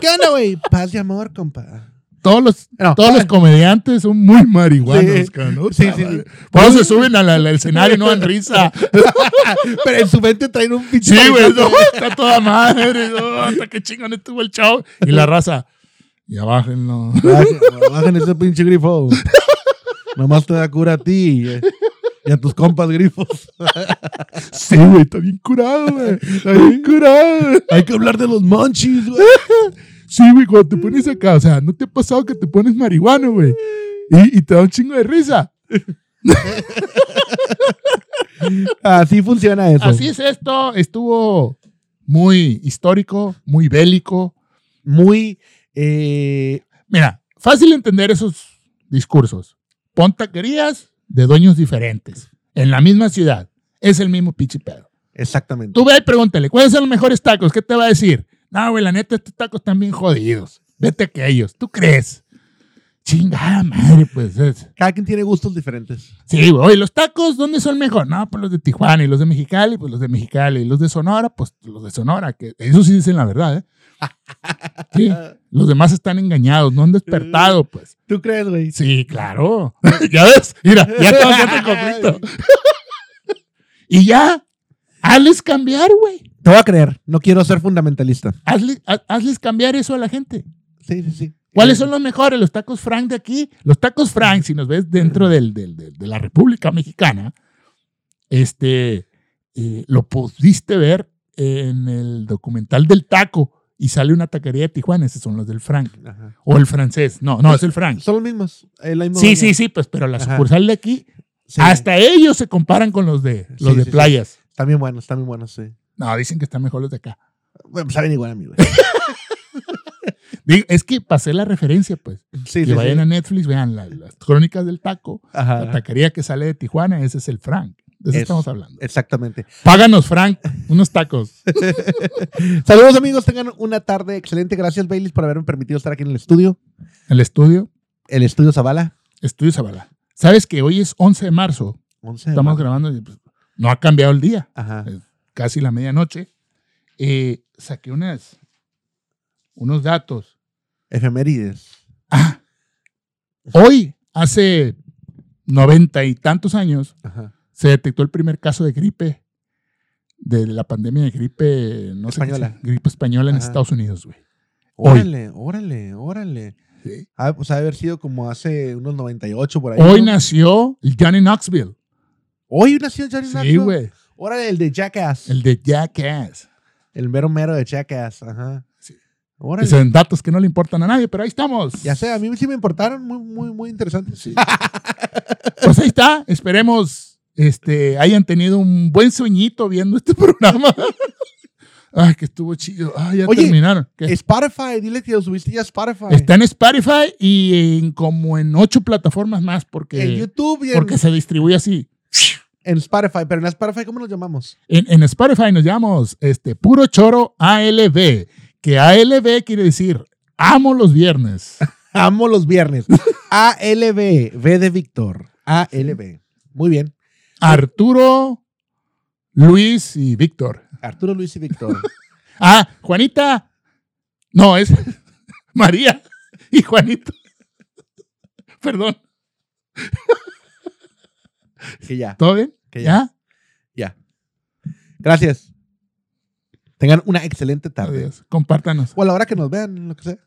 [SPEAKER 1] ¿Qué onda, güey? Paz y amor, compa.
[SPEAKER 2] Todos los,
[SPEAKER 1] No,
[SPEAKER 2] todos los comediantes son muy marihuanos,
[SPEAKER 1] Sí.
[SPEAKER 2] cabrón. O
[SPEAKER 1] Sí,
[SPEAKER 2] sea,
[SPEAKER 1] sí, sí. Ah,
[SPEAKER 2] vale. Por eso se suben al, al- al escenario y no dan risa.
[SPEAKER 1] (laughs) Pero en su mente traen un pinche.
[SPEAKER 2] Sí, güey, no, está toda madre. no, hasta que chingón estuvo el chavo. Y la raza, ya bájenlo.
[SPEAKER 1] Bajen, bajen ese pinche grifo. Nomás te da cura a ti eh, y a tus compas grifos.
[SPEAKER 2] Sí, güey, está bien curado, güey. Está bien curado, güey.
[SPEAKER 1] Hay que hablar de los monchis, güey.
[SPEAKER 2] Sí, güey, cuando te pones acá, o sea, ¿no te ha pasado que te pones marihuano, güey? Y, y te da un chingo de risa.
[SPEAKER 1] Así funciona eso.
[SPEAKER 2] Así es esto, estuvo muy histórico, muy bélico.
[SPEAKER 1] Muy. eh,
[SPEAKER 2] Mira, fácil entender esos discursos. Pon taquerías de dueños diferentes en la misma ciudad. Es el mismo pinche pedo.
[SPEAKER 1] Exactamente.
[SPEAKER 2] Tú ve y pregúntale, ¿cuáles son los mejores tacos? ¿Qué te va a decir? No, güey, la neta, estos tacos están bien jodidos. Vete a aquellos. ¿Tú crees? Chingada madre, pues. es-
[SPEAKER 1] Cada quien tiene gustos diferentes.
[SPEAKER 2] Sí, güey. Oye, ¿los tacos dónde son mejor? No, pues los de Tijuana y los de Mexicali, pues los de Mexicali. Y los de Sonora, pues los de Sonora. que Eso sí dicen la verdad, ¿eh? Sí, los demás están engañados, no han despertado, pues.
[SPEAKER 1] ¿Tú crees, güey?
[SPEAKER 2] Sí, claro. (laughs) ya ves, mira, ya estamos haciendo el conflicto. (laughs) Y ya, hazles cambiar, güey.
[SPEAKER 1] Te voy a creer. No quiero ser fundamentalista.
[SPEAKER 2] Hazle- ha- hazles cambiar eso a la gente.
[SPEAKER 1] Sí, sí, sí.
[SPEAKER 2] ¿Cuáles son los mejores? Los tacos Frank de aquí. Los tacos Frank, si nos ves dentro del, del- del- de la República Mexicana, este, eh, lo pudiste ver en el documental del taco y sale una taquería de Tijuana. Esos son los del Frank.
[SPEAKER 1] Ajá.
[SPEAKER 2] O el francés. No, no, es el Frank.
[SPEAKER 1] Son los mismos. eh, la misma
[SPEAKER 2] Sí,
[SPEAKER 1] vaina.
[SPEAKER 2] sí, ah, sí, pues, pero la
[SPEAKER 1] Ajá.
[SPEAKER 2] sucursal de aquí,
[SPEAKER 1] Sí.
[SPEAKER 2] hasta ellos se comparan con los de, los
[SPEAKER 1] Sí,
[SPEAKER 2] de
[SPEAKER 1] sí, sí.
[SPEAKER 2] playas.
[SPEAKER 1] Están bien buenos, están bien buenos, sí.
[SPEAKER 2] No, dicen que están mejor los de acá.
[SPEAKER 1] Bueno, pues saben igual a mí, güey.
[SPEAKER 2] Digo, es que pasé la referencia, pues.
[SPEAKER 1] Sí, sí,
[SPEAKER 2] que vayan
[SPEAKER 1] sí.
[SPEAKER 2] a Netflix, vean la- las crónicas del taco. La
[SPEAKER 1] Ajá.
[SPEAKER 2] taquería que sale de Tijuana, ese es el Frank. De eso
[SPEAKER 1] Es-
[SPEAKER 2] estamos hablando.
[SPEAKER 1] Exactamente.
[SPEAKER 2] Páganos, Frank, unos tacos.
[SPEAKER 1] Saludos, amigos. Tengan una tarde excelente. Gracias, Baileys, por haberme permitido estar aquí en el estudio.
[SPEAKER 2] El estudio,
[SPEAKER 1] El estudio Zavala.
[SPEAKER 2] Estudio Zavala. Sabes que hoy es 11 de marzo,
[SPEAKER 1] 11 de
[SPEAKER 2] estamos
[SPEAKER 1] marzo.
[SPEAKER 2] grabando, y, pues, no ha cambiado el día,
[SPEAKER 1] Ajá.
[SPEAKER 2] casi la medianoche. Eh, saqué unas, unos datos.
[SPEAKER 1] Efemérides.
[SPEAKER 2] Ah, hoy, hace noventa y tantos años,
[SPEAKER 1] Ajá.
[SPEAKER 2] se detectó el primer caso de gripe, de la pandemia de gripe, no sé qué
[SPEAKER 1] Española.
[SPEAKER 2] sea, gripe española en
[SPEAKER 1] Ajá.
[SPEAKER 2] Estados Unidos, güey. Hoy.
[SPEAKER 1] Órale, órale, órale. Ah, pues ha de haber sido como hace unos 98 por ahí.
[SPEAKER 2] Hoy
[SPEAKER 1] ¿no?
[SPEAKER 2] nació el Johnny Knoxville.
[SPEAKER 1] Hoy nació Johnny
[SPEAKER 2] Sí,
[SPEAKER 1] Knoxville.
[SPEAKER 2] güey.
[SPEAKER 1] Órale, el de Jackass. El,
[SPEAKER 2] El de Jackass.
[SPEAKER 1] mero mero de Jackass. Ajá.
[SPEAKER 2] Sí.
[SPEAKER 1] Órale.
[SPEAKER 2] Dicen datos que no le importan a nadie, pero ahí estamos.
[SPEAKER 1] Ya sé, a mí sí me importaron. Muy, muy, muy interesantes. (laughs)
[SPEAKER 2] Sí. Pues ahí está. Esperemos este, hayan tenido un buen sueñito viendo este (laughs) programa. Ay, que estuvo chido. Ay, ya
[SPEAKER 1] Oye,
[SPEAKER 2] terminaron. ¿Qué?
[SPEAKER 1] Spotify, dile que lo subiste ya a Spotify.
[SPEAKER 2] Está en Spotify y en como en ocho plataformas más
[SPEAKER 1] en
[SPEAKER 2] porque,
[SPEAKER 1] YouTube y en,
[SPEAKER 2] porque se distribuye así.
[SPEAKER 1] en Spotify. Pero en Spotify, ¿cómo nos llamamos?
[SPEAKER 2] En, en Spotify nos llamamos este, Puro Choro ALB, que ALB quiere decir amo los viernes.
[SPEAKER 1] Amo los viernes. ALB, V de Víctor. ALB. Muy bien.
[SPEAKER 2] Arturo, Luis y Víctor.
[SPEAKER 1] Arturo Luis y Víctor.
[SPEAKER 2] Ah, Juanita. No, es (laughs) María y Juanito. (laughs) Perdón,
[SPEAKER 1] que ya,
[SPEAKER 2] ¿todo bien?
[SPEAKER 1] que ya. Ya. Gracias. Tengan una excelente
[SPEAKER 2] ¿Ya?
[SPEAKER 1] tarde.
[SPEAKER 2] Adiós. Compártanos.
[SPEAKER 1] O a la hora que nos vean, lo que sea.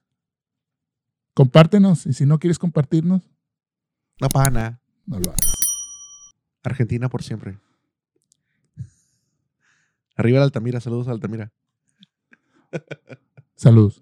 [SPEAKER 2] Compártenos. Y si no quieres compartirnos,
[SPEAKER 1] No paga nada.
[SPEAKER 2] no lo hagas.
[SPEAKER 1] Argentina por siempre. Arriba el Altamira. Saludos a Altamira.
[SPEAKER 2] Saludos.